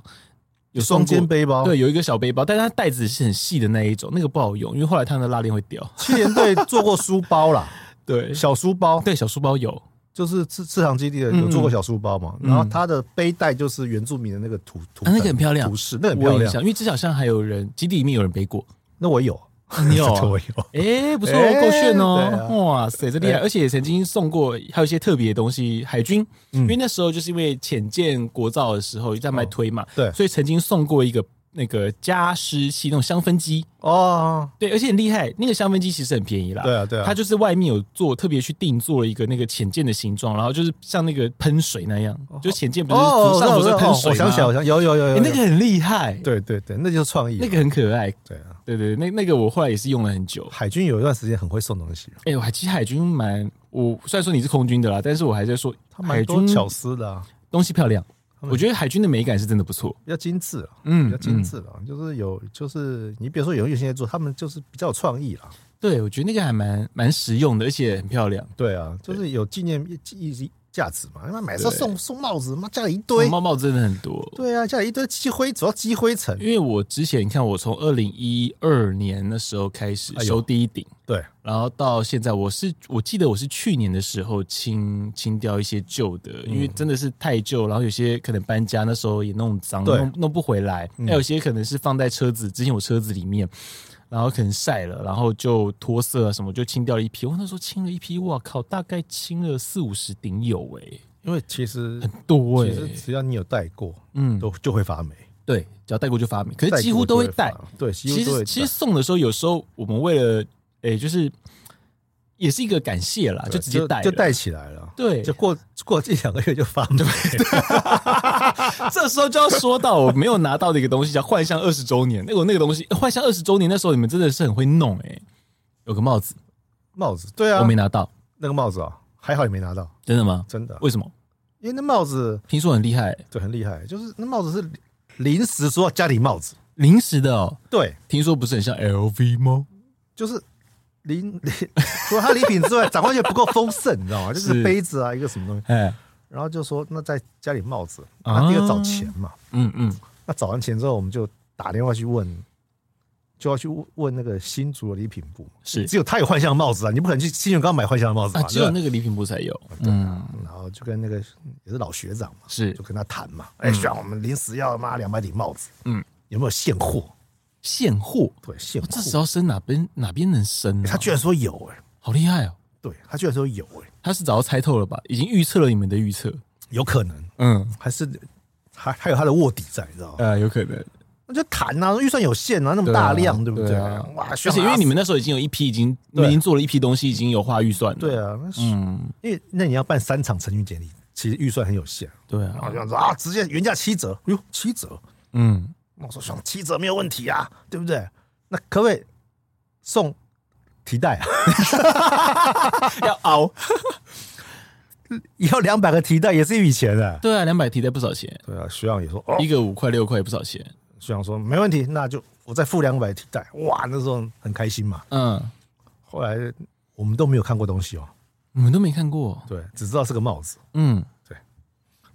Speaker 1: 有送
Speaker 2: 双
Speaker 1: 过
Speaker 2: 肩背包，
Speaker 1: 对，有一个小背包，但它袋子是很细的那一种，那个不好用，因为后来它的拉链会掉。
Speaker 2: 七连队做过书包啦，
Speaker 1: 对小
Speaker 2: 小书包，
Speaker 1: 对小书包有，
Speaker 2: 就是制制糖基地的
Speaker 1: 嗯
Speaker 2: 有做过小书包嘛，
Speaker 1: 嗯
Speaker 2: 然后它的背带就是原住民的那个图图
Speaker 1: 啊
Speaker 2: 腾、
Speaker 1: 那个很漂亮
Speaker 2: 图示那个很
Speaker 1: 我
Speaker 2: 漂
Speaker 1: 有印
Speaker 2: 亮，
Speaker 1: 象，因为之前好像还有人基地里面有人背过。
Speaker 2: 那我有，
Speaker 1: 你有 啊
Speaker 2: 这我有，
Speaker 1: 哎、不错，
Speaker 2: 哎
Speaker 1: 够炫哦！
Speaker 2: 哦对啊
Speaker 1: 哇塞，这厉害！
Speaker 2: 对
Speaker 1: 而且也曾经送过，还有一些特别的东西，海军，
Speaker 2: 嗯哦
Speaker 1: 因为那时候就是因为浅见国造的时候一直在卖推嘛，
Speaker 2: 对
Speaker 1: 所以曾经送过一个那个加湿器那种香氛机，
Speaker 2: 哦，
Speaker 1: 对，而且很厉害，那个香氛机其实很便宜啦，
Speaker 2: 对啊对啊
Speaker 1: 它就是外面有做特别去定做了一个那个浅见的形状，然后就是像那个喷水那样，就浅见不是
Speaker 2: 哦，
Speaker 1: 浮上
Speaker 2: 我
Speaker 1: 不
Speaker 2: 知
Speaker 1: 是
Speaker 2: 道
Speaker 1: 喷
Speaker 2: 哦
Speaker 1: 水
Speaker 2: 我
Speaker 1: 吗
Speaker 2: 想起来，我想有有有有
Speaker 1: 哎那个很厉害，
Speaker 2: 对对对，那就是创意，
Speaker 1: 那个很可爱，
Speaker 2: 对啊，
Speaker 1: 对对，对那那个我后来也是用了很久，
Speaker 2: 海军有一段时间很会送东西，啊
Speaker 1: 哎、我还其实海军蛮，我虽然说你是空军的啦，但是我还在说
Speaker 2: 他
Speaker 1: 海
Speaker 2: 蛮多
Speaker 1: 军
Speaker 2: 巧思的、啊，
Speaker 1: 东西漂亮，
Speaker 2: 们
Speaker 1: 我觉得海军的美感是真的不错。
Speaker 2: 比较精致啊。比
Speaker 1: 嗯
Speaker 2: 较精、致了，就是有，就是你比如说有有些人做，他们就是比较有创意啦。
Speaker 1: 嗯对我觉得那个还蛮蛮实用的，而且很漂亮。
Speaker 2: 对啊，就是有纪念意意价值嘛。他妈买车
Speaker 1: 对
Speaker 2: 送送帽子，妈家里一堆，
Speaker 1: 猫帽真的很多。
Speaker 2: 对啊，家里一堆积灰，主要积灰尘。
Speaker 1: 因为我之前你看，我从二零一二年那时候开始
Speaker 2: 哎呦
Speaker 1: 收第一顶，
Speaker 2: 对，
Speaker 1: 然后到现在，我是我记得我是去年的时候清清掉一些旧的，因
Speaker 2: 嗯
Speaker 1: 为真的是太旧，然后有些可能搬家那时候也弄脏，
Speaker 2: 对嗯
Speaker 1: 弄弄不回来，还有些可能是放在车子之前我车子里面，然后可能晒了，然后就脱色啊什么，就清掉了一批。我那时候清了一批，哇靠，大概清了四五十顶有诶、
Speaker 2: 因为其实
Speaker 1: 多诶、
Speaker 2: 其实只要你有带过，
Speaker 1: 嗯，
Speaker 2: 都就会发霉，
Speaker 1: 对，只要带过就发霉，可
Speaker 2: 带
Speaker 1: 是
Speaker 2: 过
Speaker 1: 几乎都会
Speaker 2: 就发
Speaker 1: 带。
Speaker 2: 对，几
Speaker 1: 其
Speaker 2: 乎都会带。
Speaker 1: 实其实送的时候，有时候我们为了诶、就是也是一个感谢啦，
Speaker 2: 对
Speaker 1: 就直接带
Speaker 2: 就
Speaker 1: 了
Speaker 2: 带起来了。
Speaker 1: 对，
Speaker 2: 就过过一两个月就发霉，
Speaker 1: 这时候就要说到我没有拿到的一个东西叫幻象二十周年，那个那个东西幻象二十周年那时候你们真的是很会弄诶、有个帽子
Speaker 2: 帽子对啊，
Speaker 1: 我没拿到，
Speaker 2: 那个帽子啊，还好你没拿到，
Speaker 1: 真的吗？
Speaker 2: 真的，
Speaker 1: 为什么？
Speaker 2: 因为那帽子
Speaker 1: 听说很厉害、
Speaker 2: 对很厉害，就是那帽子是临时说家里帽子，
Speaker 1: 临时的哦，
Speaker 2: 对，
Speaker 1: 听说不是很像 LV 吗？
Speaker 2: 就是临临除了它礼品之外，长 官觉得不够丰盛，你知道吗？就是是杯子啊，一个什么东西，
Speaker 1: 哎，
Speaker 2: 然后就说那在家里帽子，
Speaker 1: 啊
Speaker 2: 那第二找钱嘛，
Speaker 1: 嗯嗯，
Speaker 2: 那找完钱之后，我们就打电话去问。就要去问那个新竹的礼品部，
Speaker 1: 是
Speaker 2: 只有他有幻象帽子啊，你不可能去新竹刚买幻象帽子
Speaker 1: 啊，
Speaker 2: 吧？
Speaker 1: 只有
Speaker 2: 对吧
Speaker 1: 那个礼品部才有，嗯，
Speaker 2: 然后就跟那个也是老学长嘛，
Speaker 1: 是
Speaker 2: 就跟他谈嘛，哎、学长，我们临时要妈两百顶帽子，
Speaker 1: 嗯，
Speaker 2: 有没有现货？
Speaker 1: 现货。
Speaker 2: 对，现货。
Speaker 1: 这时候生哪边哪边能生
Speaker 2: 哎
Speaker 1: 啊？
Speaker 2: 他居然说有哎、
Speaker 1: 好厉害哦！
Speaker 2: 对他居然说有哎、
Speaker 1: 他是早就猜透了吧？已经预测了你们的预测。
Speaker 2: 有可能
Speaker 1: 嗯，
Speaker 2: 还是还还有他的卧底在，你知道吗？
Speaker 1: 呃，有可能。
Speaker 2: 那就谈啊，预算有限啊，那么大量，对
Speaker 1: 对啊
Speaker 2: 不
Speaker 1: 对啊
Speaker 2: 哇，学
Speaker 1: 而
Speaker 2: 长
Speaker 1: 且因为你们那时候已经有一批，已经你
Speaker 2: 对
Speaker 1: 们已经做了一批东西，已经有划预算了。
Speaker 2: 对，啊，那是
Speaker 1: 嗯，
Speaker 2: 因为那你要办三场成军典礼，其实预算很有限。
Speaker 1: 对
Speaker 2: 然后
Speaker 1: 啊，
Speaker 2: 就说啊，直接原价七折，哎呦，七折，
Speaker 1: 嗯，
Speaker 2: 那我说想七折没有问题啊，对不对？那可不可以送提袋啊？
Speaker 1: 要熬。
Speaker 2: 以后两百个提袋也是一笔钱的、
Speaker 1: 对啊，两百提袋不少钱，
Speaker 2: 对啊，学长也说哦
Speaker 1: 一，个五块六块也不少钱。
Speaker 2: 学长说没问题，那就我再付两百提袋。哇，那时候很开心嘛。
Speaker 1: 嗯，
Speaker 2: 后来我们都没有看过东西哦，
Speaker 1: 你们都没看过。
Speaker 2: 对，只知道是个帽子。
Speaker 1: 嗯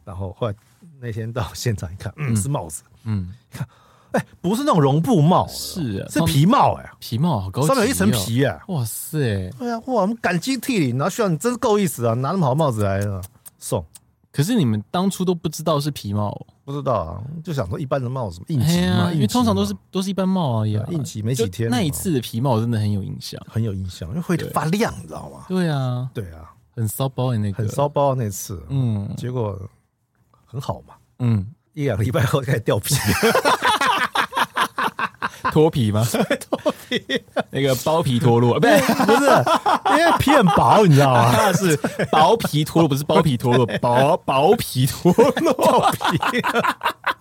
Speaker 2: 然后后来那天到现场一看，嗯，是帽子，
Speaker 1: 嗯，
Speaker 2: 哎，不是那种绒布帽，
Speaker 1: 是啊
Speaker 2: 是皮帽哎、
Speaker 1: 皮帽好高级、
Speaker 2: 上面有一层。皮哎、
Speaker 1: 哇塞！
Speaker 2: 对啊，哇，我们感激涕零。然后学长你真够意思啊，拿那么好帽子来了送，
Speaker 1: 可是你们当初都不知道是皮帽哦，
Speaker 2: 不知道啊，就想说一般的帽子应
Speaker 1: 哎
Speaker 2: 急嘛，
Speaker 1: 呀，因为
Speaker 2: 应急
Speaker 1: 通常都
Speaker 2: 嘛
Speaker 1: 是都是一般帽而已啊，
Speaker 2: 应急没几
Speaker 1: 就
Speaker 2: 天
Speaker 1: 那
Speaker 2: 嘛
Speaker 1: 一次的皮帽真的很有印象。
Speaker 2: 很有印象，因为会
Speaker 1: 对
Speaker 2: 发亮，你知道吗？
Speaker 1: 对啊，
Speaker 2: 对啊，
Speaker 1: 很骚包的那个，
Speaker 2: 很骚包那次，
Speaker 1: 嗯
Speaker 2: 结果很好嘛，
Speaker 1: 嗯，
Speaker 2: 一两个礼拜后就开始掉皮，
Speaker 1: 脱皮吗？ 脱皮，那个包皮脱落，啊不是
Speaker 2: 不是因为皮很薄，你知道 吗？
Speaker 1: 那是薄皮脱落，不是包皮脱落，薄薄皮脱落。哎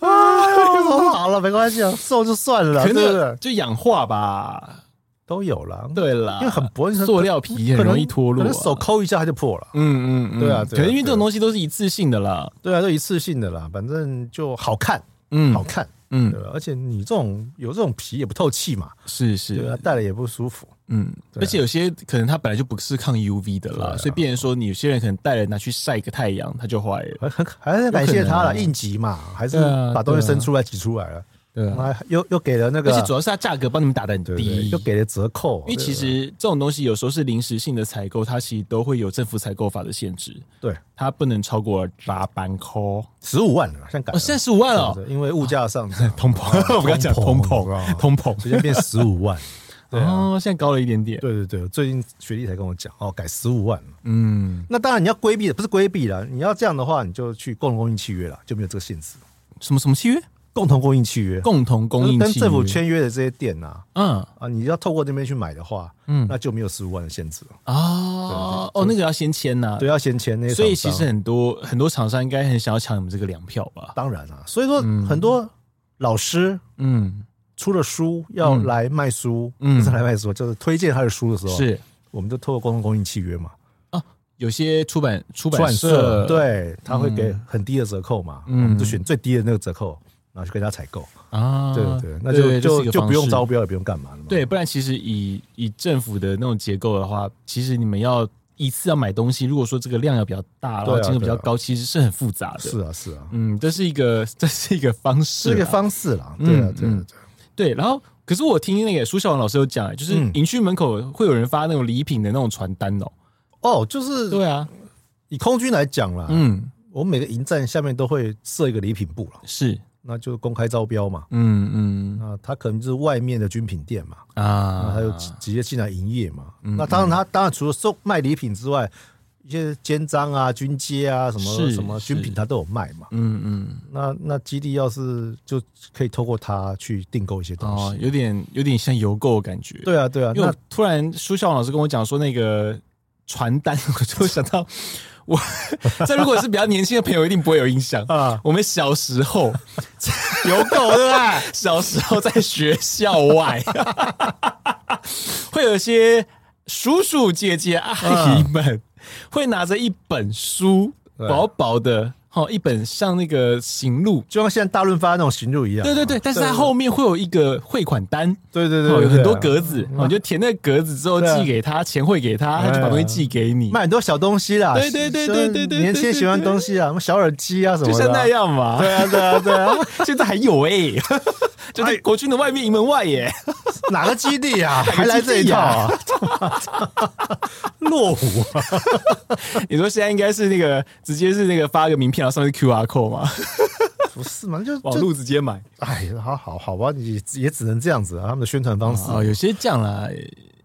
Speaker 2: 我说 好了，没关 系啊，瘦就算了啦，
Speaker 1: 可
Speaker 2: 对不对
Speaker 1: 能？就氧化吧，
Speaker 2: 都有了，
Speaker 1: 对啦，
Speaker 2: 因为很薄，
Speaker 1: 塑料皮很容易脱落啊，
Speaker 2: 可能手抠一下它就破了。
Speaker 1: 嗯嗯嗯，
Speaker 2: 对啊对啊
Speaker 1: 可能因为这种东西都是一次性的啦，
Speaker 2: 对啊，都一次性的啦，反正就好看，
Speaker 1: 嗯
Speaker 2: 好看，对啊
Speaker 1: 嗯，
Speaker 2: 吧？而且你这种有这种皮也不透气嘛，
Speaker 1: 是
Speaker 2: 对啊
Speaker 1: 是，，
Speaker 2: 戴了也不舒服。
Speaker 1: 嗯，
Speaker 2: 对啊
Speaker 1: 而且有些可能它本来就不是抗 UV 的
Speaker 2: 对啊
Speaker 1: 啦，所以变成说你有些人可能戴了拿去晒个太阳，它就坏
Speaker 2: 很
Speaker 1: 了，
Speaker 2: 很还是感谢他
Speaker 1: 有可
Speaker 2: 了，
Speaker 1: 能啊
Speaker 2: 应急嘛，还是
Speaker 1: 对啊
Speaker 2: 把东西
Speaker 1: 对啊
Speaker 2: 伸出来挤出来了，
Speaker 1: 对啊。
Speaker 2: 妈又又给了那个，
Speaker 1: 而且主要是它价格帮你们打的很
Speaker 2: 对对
Speaker 1: 低，
Speaker 2: 又给了折扣，
Speaker 1: 因为其实这种东西有时候是临时性的采购，它其实都会有政府采购法的限制，
Speaker 2: 对
Speaker 1: 它不能超过拉班扣
Speaker 2: 十五万了，现在改
Speaker 1: 哦，
Speaker 2: 了啊
Speaker 1: 三十五万哦
Speaker 2: 对，因为物价上涨，
Speaker 1: 通膨，我刚讲通 膨，啊通
Speaker 2: 直
Speaker 1: 膨，
Speaker 2: 接变十五万。啊对啊
Speaker 1: 哦，现在高了一点点，
Speaker 2: 对对对，最近学弟才跟我讲，哦，改十五万了。
Speaker 1: 嗯，
Speaker 2: 那当然你要规避的，不是规避了，你要这样的话，你就去共同供应契约了，就没有这个限制。
Speaker 1: 什么什么契约？
Speaker 2: 共同供应契约，
Speaker 1: 共同供
Speaker 2: 就是
Speaker 1: 应
Speaker 2: 跟
Speaker 1: 契约
Speaker 2: 政府，签约的这些店呐、
Speaker 1: 嗯
Speaker 2: 啊，你要透过那边去买的话，
Speaker 1: 嗯
Speaker 2: 那就没有十五万的限制了。
Speaker 1: 哦哦，那个要先签呐，
Speaker 2: 对，，要先签那些
Speaker 1: 所以其
Speaker 2: 厂商
Speaker 1: 实很多很多厂商应该很想要抢你们这个粮票吧？
Speaker 2: 当然啊，所以说很多老师
Speaker 1: 嗯，
Speaker 2: 出了书要来卖书，
Speaker 1: 嗯
Speaker 2: 不是来卖书，就是推荐他的书的时候，
Speaker 1: 是
Speaker 2: 我们就透过共同供应契约嘛，
Speaker 1: 哦，有些出版出
Speaker 2: 出版
Speaker 1: 版社，
Speaker 2: 对，他会给
Speaker 1: 嗯
Speaker 2: 很低的折扣嘛，我们就选最低的那个折扣，然后去跟他采购，
Speaker 1: 啊，
Speaker 2: 对对对，那就
Speaker 1: 这是一
Speaker 2: 就
Speaker 1: 个
Speaker 2: 就不用
Speaker 1: 方式
Speaker 2: 招标，也不用干嘛了嘛，
Speaker 1: 对，不然其实以以政府的那种结构的话，其实你们要一次要买东西，如果说这个量要比较大，然
Speaker 2: 对啊
Speaker 1: 后金额比较
Speaker 2: 对啊
Speaker 1: 高，其实是很复杂的。
Speaker 2: 是啊是啊，
Speaker 1: 嗯，这是一个这是一个方式
Speaker 2: 是
Speaker 1: 啦，
Speaker 2: 一个方式啦，对啊
Speaker 1: 嗯
Speaker 2: 对啊对啊，
Speaker 1: 对。然后，可是我听那个苏小文老师有讲，欸就是
Speaker 2: 嗯
Speaker 1: 营区门口会有人发那种礼品的那种传单哦。
Speaker 2: 哦，就是
Speaker 1: 对啊，
Speaker 2: 以空军来讲啦，
Speaker 1: 嗯，
Speaker 2: 我们每个营站下面都会设一个礼品部了，
Speaker 1: 是，
Speaker 2: 那就公开招标嘛，
Speaker 1: 嗯
Speaker 2: 那它可能就是外面的军品店嘛，
Speaker 1: 嗯
Speaker 2: 那
Speaker 1: 啊，嗯
Speaker 2: 他就直直接进来营业嘛。那当然他，当然除了售卖礼品之外，一些肩章啊、军阶啊、什么
Speaker 1: 是
Speaker 2: 什么军品，
Speaker 1: 是
Speaker 2: 他都有卖嘛。
Speaker 1: 嗯嗯，
Speaker 2: 那那基地要是就可以透过他去订购一些东
Speaker 1: 哦
Speaker 2: 西。，
Speaker 1: 有点有点像邮购的感觉。
Speaker 2: 对啊，对啊。
Speaker 1: 因为
Speaker 2: 那
Speaker 1: 我突然苏校老师跟我讲说那个传单， 我就想到我 这如果是比较年轻的朋友，一定不会有印象
Speaker 2: 啊
Speaker 1: 啊。我们小时 候，
Speaker 2: 邮购对吧？
Speaker 1: 小时候在学校外，会有一些叔叔姐姐阿姨们、
Speaker 2: 嗯
Speaker 1: 会拿着一本书，
Speaker 2: 对
Speaker 1: 薄薄的，好一本像那个行路。
Speaker 2: 就像现在大润发那种行路一样嘛。
Speaker 1: 对对对，但是它
Speaker 2: 嗯对
Speaker 1: 后面会有一个汇款单，
Speaker 2: 对对对
Speaker 1: 哦，
Speaker 2: 对，
Speaker 1: 有很多
Speaker 2: 对啊
Speaker 1: 格子，哦你就填那个格子之后
Speaker 2: 对啊
Speaker 1: 寄给他，钱汇给他，他就把东西寄给你，
Speaker 2: 卖很多小东西啦。
Speaker 1: 对对对对对对对
Speaker 2: 年轻人喜欢东西啊，什么小耳机啊什么
Speaker 1: 就
Speaker 2: 的啊。
Speaker 1: 像那样嘛。
Speaker 2: 对啊对啊对啊，
Speaker 1: 现在还有哎， 就在国军的外面营门外 耶，
Speaker 2: 哪个基地啊？还来这一套啊？落伍啊！
Speaker 1: 你说现在应该是那个直接是那个发个名片，然后上面是 QR code 嘛，
Speaker 2: 不是嘛？就
Speaker 1: 网
Speaker 2: 就
Speaker 1: 路直接买
Speaker 2: 哎，好好好吧，你也只能这样子啊。他们的宣传方式，
Speaker 1: 啊，有些这样啦，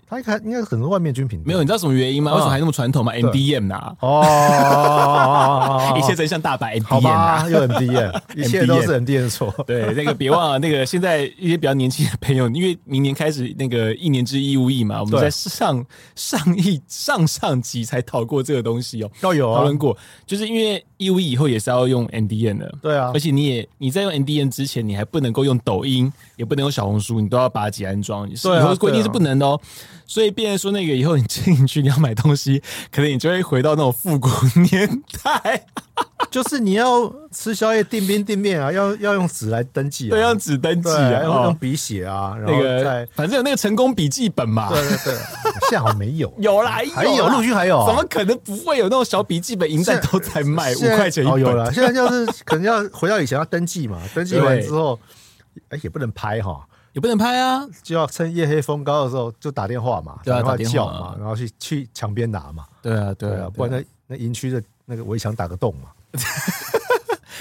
Speaker 2: 他看应该很多外面军品
Speaker 1: 没有，你知道什么原因吗？为什么还那么传统吗？MDM 呐，
Speaker 2: 哦哦哦，哦
Speaker 1: 啊一
Speaker 2: 哦
Speaker 1: 切真相大白
Speaker 2: 好
Speaker 1: MDM 啊。
Speaker 2: 吧，又很低耶，一切都是很低的错。
Speaker 1: 对，那个别忘了，那个现在一些比较年轻的朋友，因为明年开始那个一年之义务役嘛，我们
Speaker 2: 对
Speaker 1: 在上上一上上集才讨过这个东西哦，
Speaker 2: 都有
Speaker 1: 讨
Speaker 2: 啊
Speaker 1: 论，过，就是因为义务役以后也是要用 NDN 的，
Speaker 2: 对啊
Speaker 1: 而，且你也你在用 NDN 之前，你还不能够用抖音，也不能用小红书，你都要把它解安装，你是
Speaker 2: 对啊
Speaker 1: 以后规
Speaker 2: 对
Speaker 1: 定
Speaker 2: 啊
Speaker 1: 是不能的哦。所以变成说那个以后你进营区你要买东西，可能你就会回到那种复古 年代，
Speaker 2: 就是你要吃宵夜订冰订面啊，要要用纸来登记啊，
Speaker 1: 对，用纸登记
Speaker 2: 对啊，
Speaker 1: 啊，
Speaker 2: 要用
Speaker 1: 哦
Speaker 2: 笔写啊，然
Speaker 1: 那
Speaker 2: 后
Speaker 1: 个
Speaker 2: 再
Speaker 1: 反正有那个成功笔记本嘛。
Speaker 2: 对对 对，现在好像没有，
Speaker 1: 有啦，
Speaker 2: 还
Speaker 1: 有
Speaker 2: 有
Speaker 1: 啦
Speaker 2: 陆续还有啊
Speaker 1: 怎么可能不会有那种小笔记本？营站
Speaker 2: 现在
Speaker 1: 都在卖，五
Speaker 2: 现在
Speaker 1: 块钱一
Speaker 2: 哦，
Speaker 1: 本。
Speaker 2: 有了，现在就是可能要回到以前要登记 嘛，登记完之后，哎、也不能拍哈，
Speaker 1: 也不能拍啊，
Speaker 2: 就要趁夜黑风高的时候就打电话嘛，
Speaker 1: 对
Speaker 2: 打
Speaker 1: 啊
Speaker 2: 电
Speaker 1: 打
Speaker 2: 话
Speaker 1: 电
Speaker 2: 叫
Speaker 1: 话
Speaker 2: 嘛，然后去去墙边拿嘛，
Speaker 1: 对啊，对
Speaker 2: 对啊，不然那那营区的那个围墙打个洞嘛，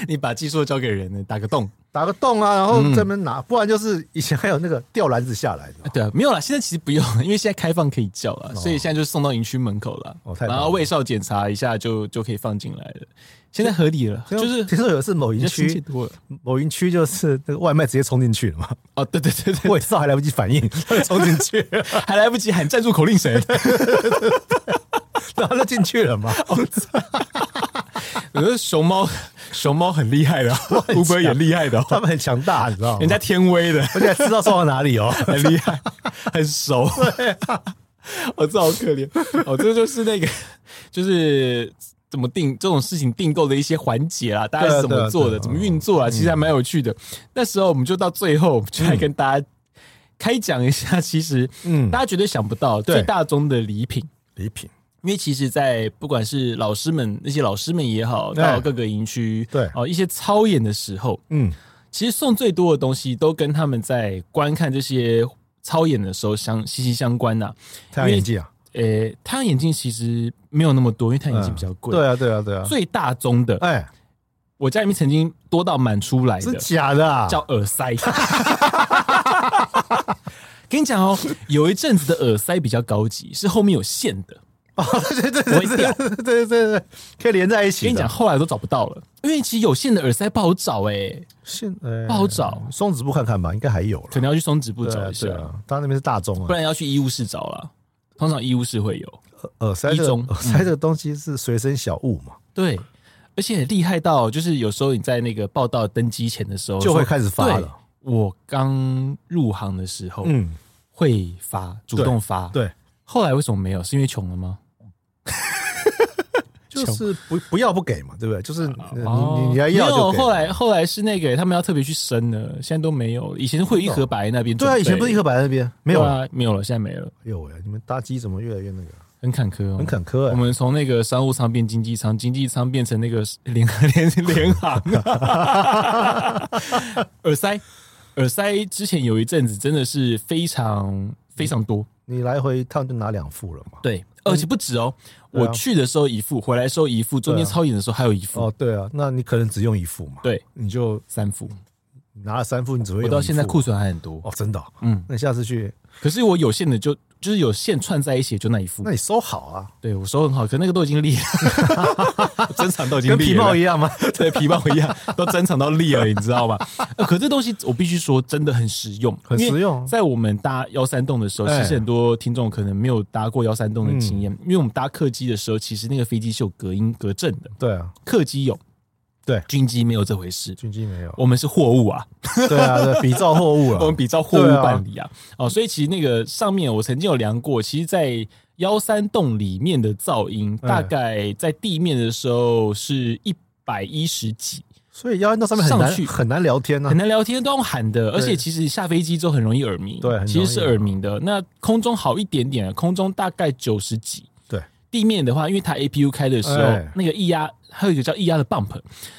Speaker 1: 你把技术交给人呢，打个洞。
Speaker 2: 打个洞啊，然后
Speaker 1: 嗯
Speaker 2: 这边拿，不然就是以前还有那个吊篮子下来的，
Speaker 1: 对啊，没有啦，现在其实不用，因为现在开放可以叫了，所以现在就送到营区门口了。
Speaker 2: 哦太棒
Speaker 1: 然
Speaker 2: 了
Speaker 1: 后卫哨检查一下就就可以放进来了。现在合理了， 就是
Speaker 2: 听说有一次某
Speaker 1: 比
Speaker 2: 营
Speaker 1: 较亲切
Speaker 2: 区，
Speaker 1: 多了。
Speaker 2: 某营区就是那个外卖直接冲进去了嘛，
Speaker 1: 哦，对对对 对，
Speaker 2: 我也知道还来不及反应，他就冲进 去，
Speaker 1: 还来不及喊赞助口令 谁？
Speaker 2: 然后就进去了 嘛，
Speaker 1: 我觉得熊猫熊猫很厉害的哦，
Speaker 2: 很
Speaker 1: 乌龟也
Speaker 2: 强
Speaker 1: 厉害的哦，
Speaker 2: 他们很强大，你知道吗
Speaker 1: 人？家天威 的。
Speaker 2: 而且还知道送到哪 里哦。
Speaker 1: 很厉害，很熟。我啊这好可怜，哦，这就是那个，就是怎么订这种事情订购的一些环节啦，大概是怎么做
Speaker 2: 对
Speaker 1: 的，
Speaker 2: 啊
Speaker 1: 怎么运作啊，其实还蛮有趣的。那时候我们就到最后，我们就来跟大家开讲一下， 其实，
Speaker 2: 嗯
Speaker 1: 嗯，大家绝对想不到
Speaker 2: 对
Speaker 1: 最大宗的礼品。
Speaker 2: 礼品，
Speaker 1: 因为其实，在不管是老师们那些老师们也好，
Speaker 2: 对
Speaker 1: 到各个营区，
Speaker 2: 对
Speaker 1: 哦，一些操演的时候，
Speaker 2: 嗯，
Speaker 1: 其实送最多的东西都跟他们在观看这些操演的时候相息息相关呐、
Speaker 2: 太阳眼镜啊，
Speaker 1: 诶、太阳眼镜其实没有那么多，因为太阳眼镜比较贵。
Speaker 2: 对啊，对啊，对啊。
Speaker 1: 最大宗的，
Speaker 2: 哎，
Speaker 1: 我家里面曾经多到满出来
Speaker 2: 真
Speaker 1: 的，
Speaker 2: 假的啊？
Speaker 1: 叫耳塞。 跟你讲哦，有一阵子的耳塞比较高级，是后面有线的，
Speaker 2: 哦， 对对
Speaker 1: 不
Speaker 2: 对
Speaker 1: 会
Speaker 2: 对
Speaker 1: 掉
Speaker 2: 对对对对，可以连在一起
Speaker 1: 跟
Speaker 2: 的。
Speaker 1: 你讲，后来都找不到了，因为其实有线的耳塞不好找哎、
Speaker 2: 现哎
Speaker 1: 不好找
Speaker 2: 松子部看看吧，应该还有了。
Speaker 1: 可能要去松子部
Speaker 2: 对
Speaker 1: 找
Speaker 2: 啊
Speaker 1: 一，下
Speaker 2: 对，啊，他那边是大中
Speaker 1: 不
Speaker 2: 啊，
Speaker 1: 然要去医务室找了。通常医务室会有，
Speaker 2: 耳塞这个
Speaker 1: 一中嗯
Speaker 2: 耳塞这个东西是随身小物嘛，
Speaker 1: 对，而且厉害到就是有时候你在那个报道登机前的时候
Speaker 2: 就会
Speaker 1: 说
Speaker 2: 开始发了。
Speaker 1: 对我刚入行的时候，
Speaker 2: 嗯，
Speaker 1: 会发，主动发。，
Speaker 2: 对，
Speaker 1: 后来为什么没有？是因为穷了吗？
Speaker 2: 就是不不要不给嘛，对不对？就是你
Speaker 1: 哦
Speaker 2: 你你要要
Speaker 1: 没
Speaker 2: 就
Speaker 1: 有？
Speaker 2: 给。
Speaker 1: 后来后来是那个他们要特别去生的，现在都没有。以前会有一盒白那边
Speaker 2: 哦对
Speaker 1: 准备，
Speaker 2: 啊，以前不是一
Speaker 1: 盒
Speaker 2: 盒摆在那边没有啊？
Speaker 1: 啊，没有了，现在没了。
Speaker 2: 哎呦喂，你们搭机怎么越来越那个啊？
Speaker 1: 很坎坷哦，
Speaker 2: 很坎坷、
Speaker 1: 我
Speaker 2: 欸。
Speaker 1: 们从那个商务舱变经济舱，经济舱变成那个联联联 航、耳塞，耳塞之前有一阵子真的是非常非常多，
Speaker 2: 你来回一趟就拿两副了嘛？
Speaker 1: 对，而且不止哦。
Speaker 2: 对啊
Speaker 1: 我去的时候一副，回来的时候一副，中间
Speaker 2: 对啊
Speaker 1: 超演的时候还有一副，
Speaker 2: 哦，对啊，那你可能只用一副嘛？，
Speaker 1: 对，
Speaker 2: 你就
Speaker 1: 三副。
Speaker 2: 拿了三副，你只会
Speaker 1: 我
Speaker 2: 用
Speaker 1: 到
Speaker 2: 一副
Speaker 1: 现在库存还很多，
Speaker 2: 哦，真的哦、
Speaker 1: 嗯，
Speaker 2: 那你下次去，
Speaker 1: 可是我有线的就就是有线串在一起，就那一副
Speaker 2: 那。你收好啊，
Speaker 1: 对我手很好，可那个都已经裂了， 珍藏都已
Speaker 2: 跟
Speaker 1: 经
Speaker 2: 皮
Speaker 1: 裂
Speaker 2: 帽
Speaker 1: 了
Speaker 2: 一。 样吗？
Speaker 1: 对，皮包一样都珍藏到裂了，你知道吗？呃可这东西我必须说，真的很实用，
Speaker 2: 很
Speaker 1: 因为
Speaker 2: 实用哦啊
Speaker 1: 在我们搭幺三洞的时候，
Speaker 2: 哎嗯
Speaker 1: 其实很多听众可能没有搭过幺三洞的经验，因为我们搭客机的时候，其实那个飞机是有隔音隔震的，
Speaker 2: 对啊，
Speaker 1: 客机有，
Speaker 2: 对
Speaker 1: 军机没有这回事。
Speaker 2: 军机没有，
Speaker 1: 我们是货物啊，
Speaker 2: 对啊，对，比照货物
Speaker 1: 我
Speaker 2: 了
Speaker 1: 们。比照货物
Speaker 2: 对啊
Speaker 1: 办理啊，哦，所以其实那个上面我曾经有量过，其实，在幺三洞里面的噪音，
Speaker 2: 哎
Speaker 1: 大概在地面的时候是一百一十几，
Speaker 2: 所以要到上面很难
Speaker 1: 上去
Speaker 2: 很难聊天呢、啊
Speaker 1: 很难聊天，都用喊的，而且
Speaker 2: 对
Speaker 1: 其实下飞机之后很容易耳鸣，
Speaker 2: 对很容易
Speaker 1: 其实是耳鸣的。那空中好一点点，空中大概九十几，
Speaker 2: 对。
Speaker 1: 地面的话，因为它 APU 开的时候，
Speaker 2: 哎
Speaker 1: 那个液压还有一个叫液压的 bump，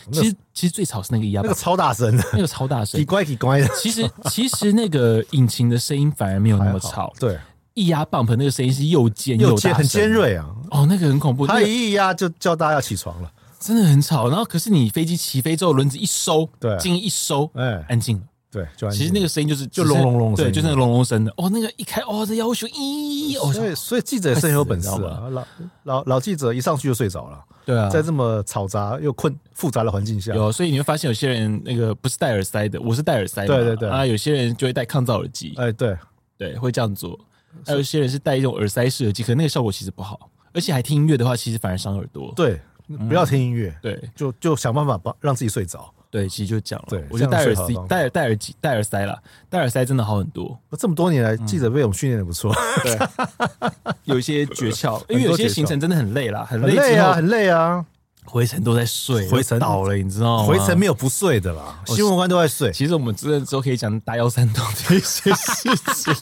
Speaker 2: 那
Speaker 1: 其实其实最吵是那个液压
Speaker 2: 那个
Speaker 1: bump，
Speaker 2: 超大声的，
Speaker 1: 那个超大 声
Speaker 2: 奇。怪奇怪的，
Speaker 1: 其实其实那个引擎的声音反而没有那么
Speaker 2: 哎还好
Speaker 1: 吵，
Speaker 2: 对，
Speaker 1: 液压 bump 那个声音是又尖
Speaker 2: 又
Speaker 1: 大
Speaker 2: 尖很
Speaker 1: 声
Speaker 2: 尖锐啊，
Speaker 1: 哦，那个很恐怖，
Speaker 2: 他
Speaker 1: 那个
Speaker 2: 一压就叫大家要起床了，
Speaker 1: 真的很吵。然后可是你飞机起飞之后，轮子一收，
Speaker 2: 对
Speaker 1: 静音一收，
Speaker 2: 哎，
Speaker 1: 安静了。
Speaker 2: 对，就安静
Speaker 1: 其实那个声音就是
Speaker 2: 就隆隆隆的
Speaker 1: 对，
Speaker 2: 声音
Speaker 1: 就是那个隆隆声的。哦，那个一开，哦，这要求，咦，哦，
Speaker 2: 所以所以记者也是很有本事
Speaker 1: 快死了
Speaker 2: 啊，老老老记者一上去就睡着了，
Speaker 1: 对啊
Speaker 2: 在这么嘈杂又困复杂的环境下，
Speaker 1: 有，所以你会发现有些人那个不是戴耳塞的，我是戴耳塞嘛，
Speaker 2: 对对对
Speaker 1: 啊，有些人就会戴抗噪耳机，
Speaker 2: 哎，对，
Speaker 1: 对，会这样做。还有一些人是戴一种耳塞式耳机，可那个效果其实不好，而且还听音乐的话，其实反而伤耳朵。
Speaker 2: 对，
Speaker 1: 嗯
Speaker 2: 不要听音乐，
Speaker 1: 对
Speaker 2: 就就想办法把让自己睡着。
Speaker 1: 对，其实就讲了，
Speaker 2: 对
Speaker 1: 我觉得戴
Speaker 2: 这
Speaker 1: 耳
Speaker 2: 样是好
Speaker 1: 塞
Speaker 2: 的方、法
Speaker 1: 戴戴耳机、戴耳塞啦，戴耳塞真的好很多，
Speaker 2: 我这么多年来，
Speaker 1: 嗯
Speaker 2: 记者被我们训练的不错，
Speaker 1: 有一些诀 窍，因为
Speaker 2: 很
Speaker 1: 有
Speaker 2: 多
Speaker 1: 些
Speaker 2: 诀
Speaker 1: 行
Speaker 2: 窍
Speaker 1: 程真的很累啦，很
Speaker 2: 很
Speaker 1: 累
Speaker 2: 累
Speaker 1: 之
Speaker 2: 啊，
Speaker 1: 后
Speaker 2: 很累啊，
Speaker 1: 回哦程都在睡，
Speaker 2: 回程
Speaker 1: 都倒了，你知道吗？
Speaker 2: 回程没有不睡的啦，新闻官都在睡。
Speaker 1: 其实我们真的之后可以讲大幺三洞的一些事情，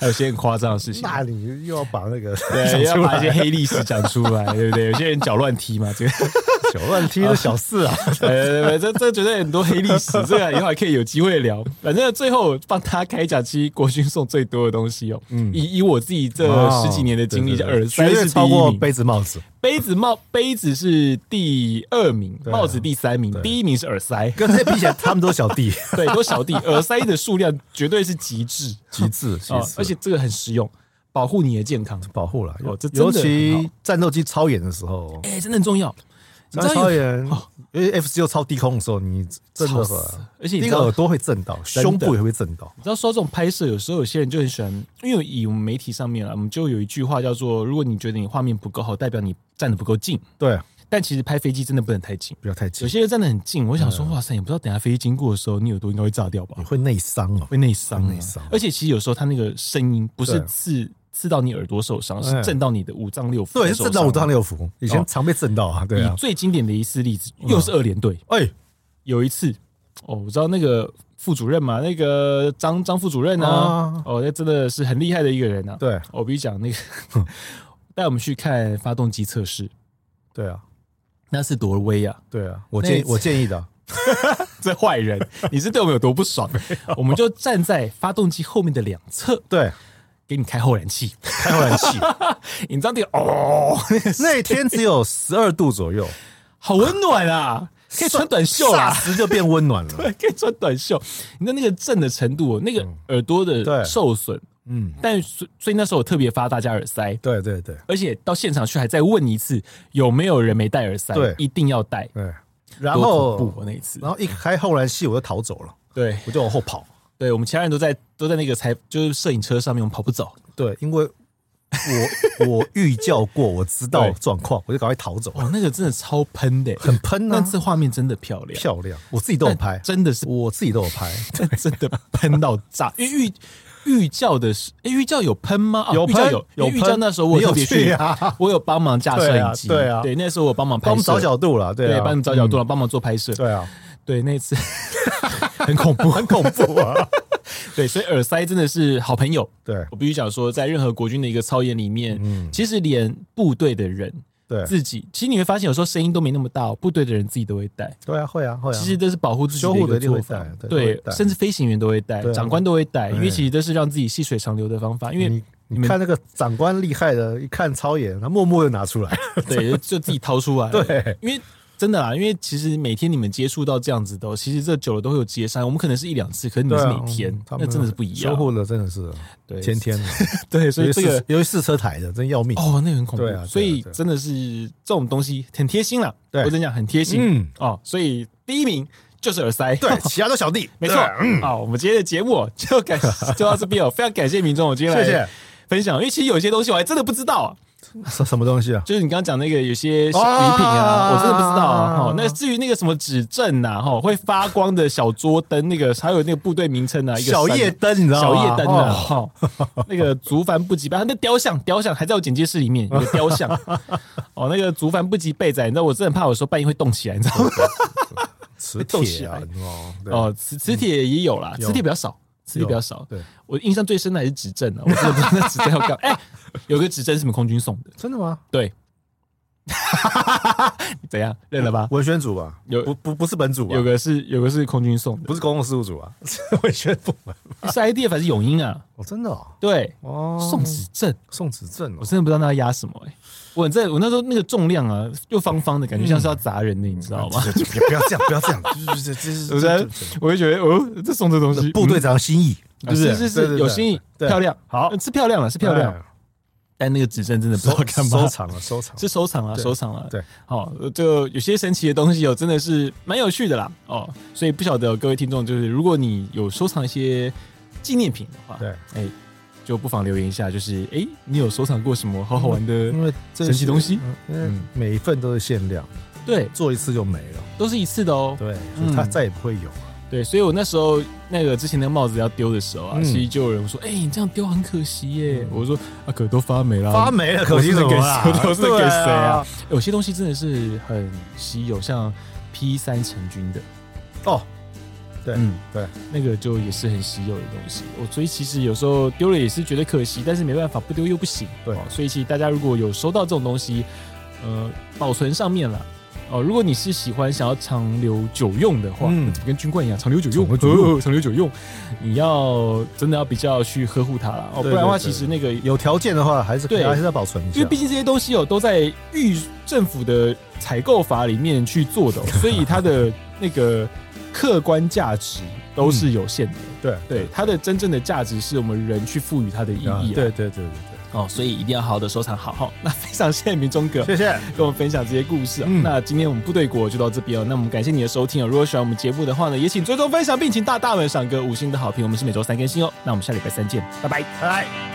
Speaker 1: 还有些很夸张的事情，
Speaker 2: 那你又要把那个
Speaker 1: 对，
Speaker 2: 讲
Speaker 1: 要
Speaker 2: 出
Speaker 1: 把一
Speaker 2: 来
Speaker 1: 些黑历史讲出来，对不对？有些人搅乱踢嘛，这个，
Speaker 2: 小乱踢的小事啊，
Speaker 1: 呃，这这绝对很多黑历史，这个以后还可以有机会聊。反正最后帮他开讲，其实国军送最多的东西哦，以以我自己这十几年的经历，
Speaker 2: 哦
Speaker 1: 这
Speaker 2: 对
Speaker 1: 耳
Speaker 2: 对对
Speaker 1: 塞
Speaker 2: 嗯绝
Speaker 1: 是
Speaker 2: 对
Speaker 1: 第
Speaker 2: 超
Speaker 1: 一
Speaker 2: 过
Speaker 1: 名，
Speaker 2: 杯子帽 子，
Speaker 1: 杯子帽杯子是第二名，
Speaker 2: 对啊
Speaker 1: 帽子第三名，第一名是耳塞，
Speaker 2: 跟这些比起来，他们都是小弟，
Speaker 1: 对，都小弟，耳塞的数量绝对是极致。
Speaker 2: 极致，极
Speaker 1: 哦
Speaker 2: 致，，
Speaker 1: 而且这个很实用，保护你的健康。
Speaker 2: 保护了
Speaker 1: 哦这，真的
Speaker 2: 尤
Speaker 1: 很好
Speaker 2: 其战斗机超远的时候，
Speaker 1: 哎、真的很重要。你知道
Speaker 2: 超
Speaker 1: 有
Speaker 2: 远，因为 F 九超低空的时候，你真
Speaker 1: 吵
Speaker 2: 的
Speaker 1: 死
Speaker 2: 很
Speaker 1: 了而且
Speaker 2: 第
Speaker 1: 你知
Speaker 2: 一个
Speaker 1: 道
Speaker 2: 耳朵会震到，
Speaker 1: 真的
Speaker 2: 胸部也会震到，
Speaker 1: 你知道说到这种拍摄，有时候有些人就很喜欢，因为以我们媒体上面啊，我们就有一句话叫做：如果你觉得你画面不够好，代表你站得不够近。
Speaker 2: 对，
Speaker 1: 但其实拍飞机真的不能太近，
Speaker 2: 不要太
Speaker 1: 有
Speaker 2: 近，
Speaker 1: 些人站得很近，我想说，哇塞，你不知道等下飞机经过的时候，你耳朵应该会炸掉吧
Speaker 2: 你？会内伤哦。
Speaker 1: 会内伤、啊
Speaker 2: 会内伤
Speaker 1: 而且其实有时候它那个声音不是
Speaker 2: 对
Speaker 1: 刺刺到你耳朵受伤，是
Speaker 2: 哎
Speaker 1: 震到你的五脏六腑。
Speaker 2: 对，是震到五脏。六腑，以前
Speaker 1: 啊哦
Speaker 2: 常被震到啊，对啊
Speaker 1: 以，最经典的一次例子，又是二连队，
Speaker 2: 哎，
Speaker 1: 有一次，哦，我知道那个副主任嘛，那个张张副主任啊，
Speaker 2: 啊
Speaker 1: 哦，那真的是很厉害的一个人啊。
Speaker 2: 对
Speaker 1: 哦，我必须讲那个 带我们去看发动机测试，
Speaker 2: 对啊，
Speaker 1: 那是多威啊！
Speaker 2: 对啊，我
Speaker 1: 那
Speaker 2: 建
Speaker 1: 一
Speaker 2: 议
Speaker 1: 次
Speaker 2: 我建议的，
Speaker 1: 这坏 人，你是对我们有多不爽？我们就站在发动机后面的两侧，
Speaker 2: 对，
Speaker 1: 给你开后燃气，
Speaker 2: 开暖气，
Speaker 1: 你知道那个哦， 那个
Speaker 2: 那一天只有十二度左右，
Speaker 1: 好温暖 啊，可以穿短袖
Speaker 2: 霎
Speaker 1: 啦。
Speaker 2: 时就变温暖了。
Speaker 1: 可以穿短袖，你知道那个震的程度哦，那个耳朵的
Speaker 2: 对
Speaker 1: 受损，
Speaker 2: 嗯，
Speaker 1: 但所所以那时候我特别发大家耳塞，
Speaker 2: 对对对
Speaker 1: 而且到现场去还再问一次有没有人没戴耳塞，
Speaker 2: 对
Speaker 1: 一定要戴。
Speaker 2: 对，然
Speaker 1: 多
Speaker 2: 后
Speaker 1: 恐怖哦那一次，
Speaker 2: 然后一开后燃气，我就逃走了，
Speaker 1: 对
Speaker 2: 我就往后跑。
Speaker 1: 对，我们其他人都在都在那个采就是摄影车上面，我们跑不走。
Speaker 2: 对，因为我我预教过，我知道
Speaker 1: 对
Speaker 2: 状况，我就赶快逃走。
Speaker 1: 哦，那个真的超喷的，欸
Speaker 2: 很喷
Speaker 1: 那
Speaker 2: 啊，
Speaker 1: 次画面真的漂亮，
Speaker 2: 漂亮，我自己都有
Speaker 1: 但
Speaker 2: 拍，
Speaker 1: 真的是
Speaker 2: 我自己都有拍，
Speaker 1: 但真的喷到炸。因为寓寓教的是，哎，寓教有喷吗？哦
Speaker 2: 有
Speaker 1: 寓教
Speaker 2: 喷
Speaker 1: 有
Speaker 2: 有
Speaker 1: 因为寓
Speaker 2: 喷
Speaker 1: 教那时候我
Speaker 2: 你有
Speaker 1: 特别
Speaker 2: 去啊
Speaker 1: 我有帮忙架摄
Speaker 2: 对啊
Speaker 1: 影机，
Speaker 2: 对啊
Speaker 1: 对，那时候我帮忙拍
Speaker 2: 帮我们
Speaker 1: 摄
Speaker 2: 找，角度了，对
Speaker 1: 对，
Speaker 2: 啊，
Speaker 1: 帮你们找角度了，帮忙做拍摄
Speaker 2: 嗯，，对啊，
Speaker 1: 对，那次很恐怖，很恐怖。
Speaker 2: 哇，
Speaker 1: 对，所以耳塞真的是好朋友。
Speaker 2: 对
Speaker 1: 我必须讲说，在任何国军的一个操演里面，
Speaker 2: 嗯
Speaker 1: 其实连部队的人
Speaker 2: 对
Speaker 1: 自己，其实你会发现有时候声音都没那么大哦，部队的人自己都会戴。
Speaker 2: 对啊，会啊会啊，
Speaker 1: 其实这是保护自己
Speaker 2: 修
Speaker 1: 的一
Speaker 2: 护的
Speaker 1: 个
Speaker 2: 一定会
Speaker 1: 做法
Speaker 2: 戴，对都
Speaker 1: 对
Speaker 2: 会，戴
Speaker 1: 甚至飞行员都会戴，
Speaker 2: 对啊
Speaker 1: 长官都会戴，因为
Speaker 2: 对
Speaker 1: 其实这是让自己细水长流的方法。因为
Speaker 2: 你你看那个长官厉害的，一看超演，他默默的拿出来，
Speaker 1: 对，就自己掏出来。
Speaker 2: 对，
Speaker 1: 因为真的啦，因为其实每天你们接触到这样子的哦，其实这久了都会有接伤。我们可能是一两次，可是你们
Speaker 2: 对
Speaker 1: 是
Speaker 2: 啊
Speaker 1: 每天
Speaker 2: 嗯，他
Speaker 1: 那
Speaker 2: 们
Speaker 1: 真的是不一样
Speaker 2: 修。护的真的是
Speaker 1: 对，
Speaker 2: 天天的，
Speaker 1: 对，所以
Speaker 2: 尤
Speaker 1: 这
Speaker 2: 其
Speaker 1: 个
Speaker 2: 是尤其是车台的，真要命。
Speaker 1: 哦，那个很恐怖。
Speaker 2: 对啊对啊
Speaker 1: 所以
Speaker 2: 对啊
Speaker 1: 真的是这种东西很贴心啦。
Speaker 2: 对
Speaker 1: 我真讲很贴心、
Speaker 2: 嗯，
Speaker 1: 哦。所以第一名就是耳塞。
Speaker 2: 对，其他都小弟，
Speaker 1: 没错，
Speaker 2: 对嗯，
Speaker 1: 好，我们今天的节目哦就 感就到这边哦，非常感谢民众，我今天
Speaker 2: 谢
Speaker 1: 来
Speaker 2: 谢。
Speaker 1: 分享，因为其实有些东西我还真的不知道啊、
Speaker 2: 什什么东西啊？
Speaker 1: 就是你刚刚讲那个有些小礼品啊，
Speaker 2: 哦
Speaker 1: 我真的不知道啊。哦，那至于那个什么指正呐、啊，哈、会发光的小桌灯，那个还有那个部队名称啊，一个
Speaker 2: 小夜
Speaker 1: 山
Speaker 2: 灯，你知道
Speaker 1: 小
Speaker 2: 吗？
Speaker 1: 夜灯啊，
Speaker 2: 哦，
Speaker 1: 哈、 那个竹筏不及备，啊那雕像雕像还在我简介室 里面有个雕像，哦，那个竹筏不及备载，你知道我真的很怕我说半夜会冻起来，你知道吗？
Speaker 2: 磁铁啊
Speaker 1: 被，
Speaker 2: 哦，对
Speaker 1: 哦，磁磁铁也有啦，
Speaker 2: 有
Speaker 1: 磁铁比较少，磁铁比较少。
Speaker 2: 对，
Speaker 1: 我印象最深的还是指正啊，我真的不知道那指正要 干嘛。哎，有个指正是你们空军送的，
Speaker 2: 真的吗？
Speaker 1: 对， 怎样认了吧？
Speaker 2: 文宣组吧，
Speaker 1: 有
Speaker 2: 不不不是本组吧
Speaker 1: 有？个是有个是空军送的，
Speaker 2: 不是公共事务组啊，是文宣部门。
Speaker 1: 是 idea 还是永英啊？
Speaker 2: 哦，真的哦，
Speaker 1: 对，
Speaker 2: 哦，
Speaker 1: 送指正，
Speaker 2: 送指正
Speaker 1: 我
Speaker 2: 哦，
Speaker 1: 真的不知道那要压什么哎、我这我那时候那个重量啊，又方方的感
Speaker 2: 嗯
Speaker 1: 觉，像是要砸人的，你知道吗？
Speaker 2: 这这不要这样，不要这样，就是这这是
Speaker 1: 我在
Speaker 2: 这这
Speaker 1: 我就觉得哦，这送这东西，
Speaker 2: 这部队
Speaker 1: 嗯
Speaker 2: 长心意，对
Speaker 1: 啊
Speaker 2: 不对？
Speaker 1: 是是
Speaker 2: 对对
Speaker 1: 是有心意，
Speaker 2: 对
Speaker 1: 漂亮，
Speaker 2: 好
Speaker 1: 嗯是漂亮了，是漂亮，，但那个指正真的不知
Speaker 2: 对
Speaker 1: 道干嘛
Speaker 2: 收。藏了，收藏了。
Speaker 1: 是收藏啊，
Speaker 2: 对
Speaker 1: 收藏啊。
Speaker 2: 对，
Speaker 1: 好、哦，就有些神奇的东西哦，真的是蛮有趣的啦。哦，所以不晓得各位听众，就是如果你有收藏一些纪念品的话，
Speaker 2: 对，
Speaker 1: 哎，就不妨留言一下，就是哎，你有收藏过什么好好玩的？
Speaker 2: 因为这
Speaker 1: 神奇东西，
Speaker 2: 嗯因为
Speaker 1: 嗯
Speaker 2: 每一份都是限量，
Speaker 1: 对，
Speaker 2: 做一次就没了，
Speaker 1: 都是一次的哦。
Speaker 2: 对，所以它再也不会有了。
Speaker 1: 对，所以我那时候那个之前那个帽子要丢的时候啊，
Speaker 2: 嗯
Speaker 1: 其实就有人说：“哎、你这样丢很可惜耶。我说：“啊，可都发霉了，
Speaker 2: 发霉了，可惜什
Speaker 1: 我是
Speaker 2: 么
Speaker 1: 给
Speaker 2: 啦？
Speaker 1: 谁我是给
Speaker 2: 对
Speaker 1: 谁啊？有些东西真的是很稀有，像 P 三成军的，
Speaker 2: 哦，对
Speaker 1: 嗯，
Speaker 2: 对，
Speaker 1: 那个就也是很稀有的东西。我所以其实有时候丢了也是觉得可惜，但是没办法，不丢又不行。哦
Speaker 2: 对
Speaker 1: 所以其实大家如果有收到这种东西，呃，保存上面啦。哦，如果你是喜欢想要长留久用的话，
Speaker 2: 嗯
Speaker 1: 跟军罐一样长留久用，
Speaker 2: 长留久用
Speaker 1: 哦 长留久用，你要真的要比较去呵护它啦。哦，不
Speaker 2: 对
Speaker 1: 然的话，
Speaker 2: 对
Speaker 1: 其
Speaker 2: 对
Speaker 1: 实那个
Speaker 2: 有条件的话还是可以
Speaker 1: 对
Speaker 2: 还是要保存一
Speaker 1: 因为
Speaker 2: 下
Speaker 1: 毕。竟这些东西哦都在预政府的采购法里面去做 的哦、所以它的那个客观价值都是有限的。
Speaker 2: 对
Speaker 1: 对，它的真正的价值是我们人去赋予它的意义、
Speaker 2: 啊
Speaker 1: 啊。
Speaker 2: 对对对对对，
Speaker 1: 哦，所以一定要好好的收藏好。好，那非常谢谢明忠哥。
Speaker 2: 谢谢，
Speaker 1: 跟我们分享这些故事、啊
Speaker 2: 嗯
Speaker 1: 那今天我们部队国就到这边哦。那我们感谢你的收听哦。如果喜欢我们节目的话呢，也请追踪分享，并请大大们赏个五星的好评。我们是每周三更新哦。那我们下礼拜三见，拜拜。
Speaker 2: 拜拜。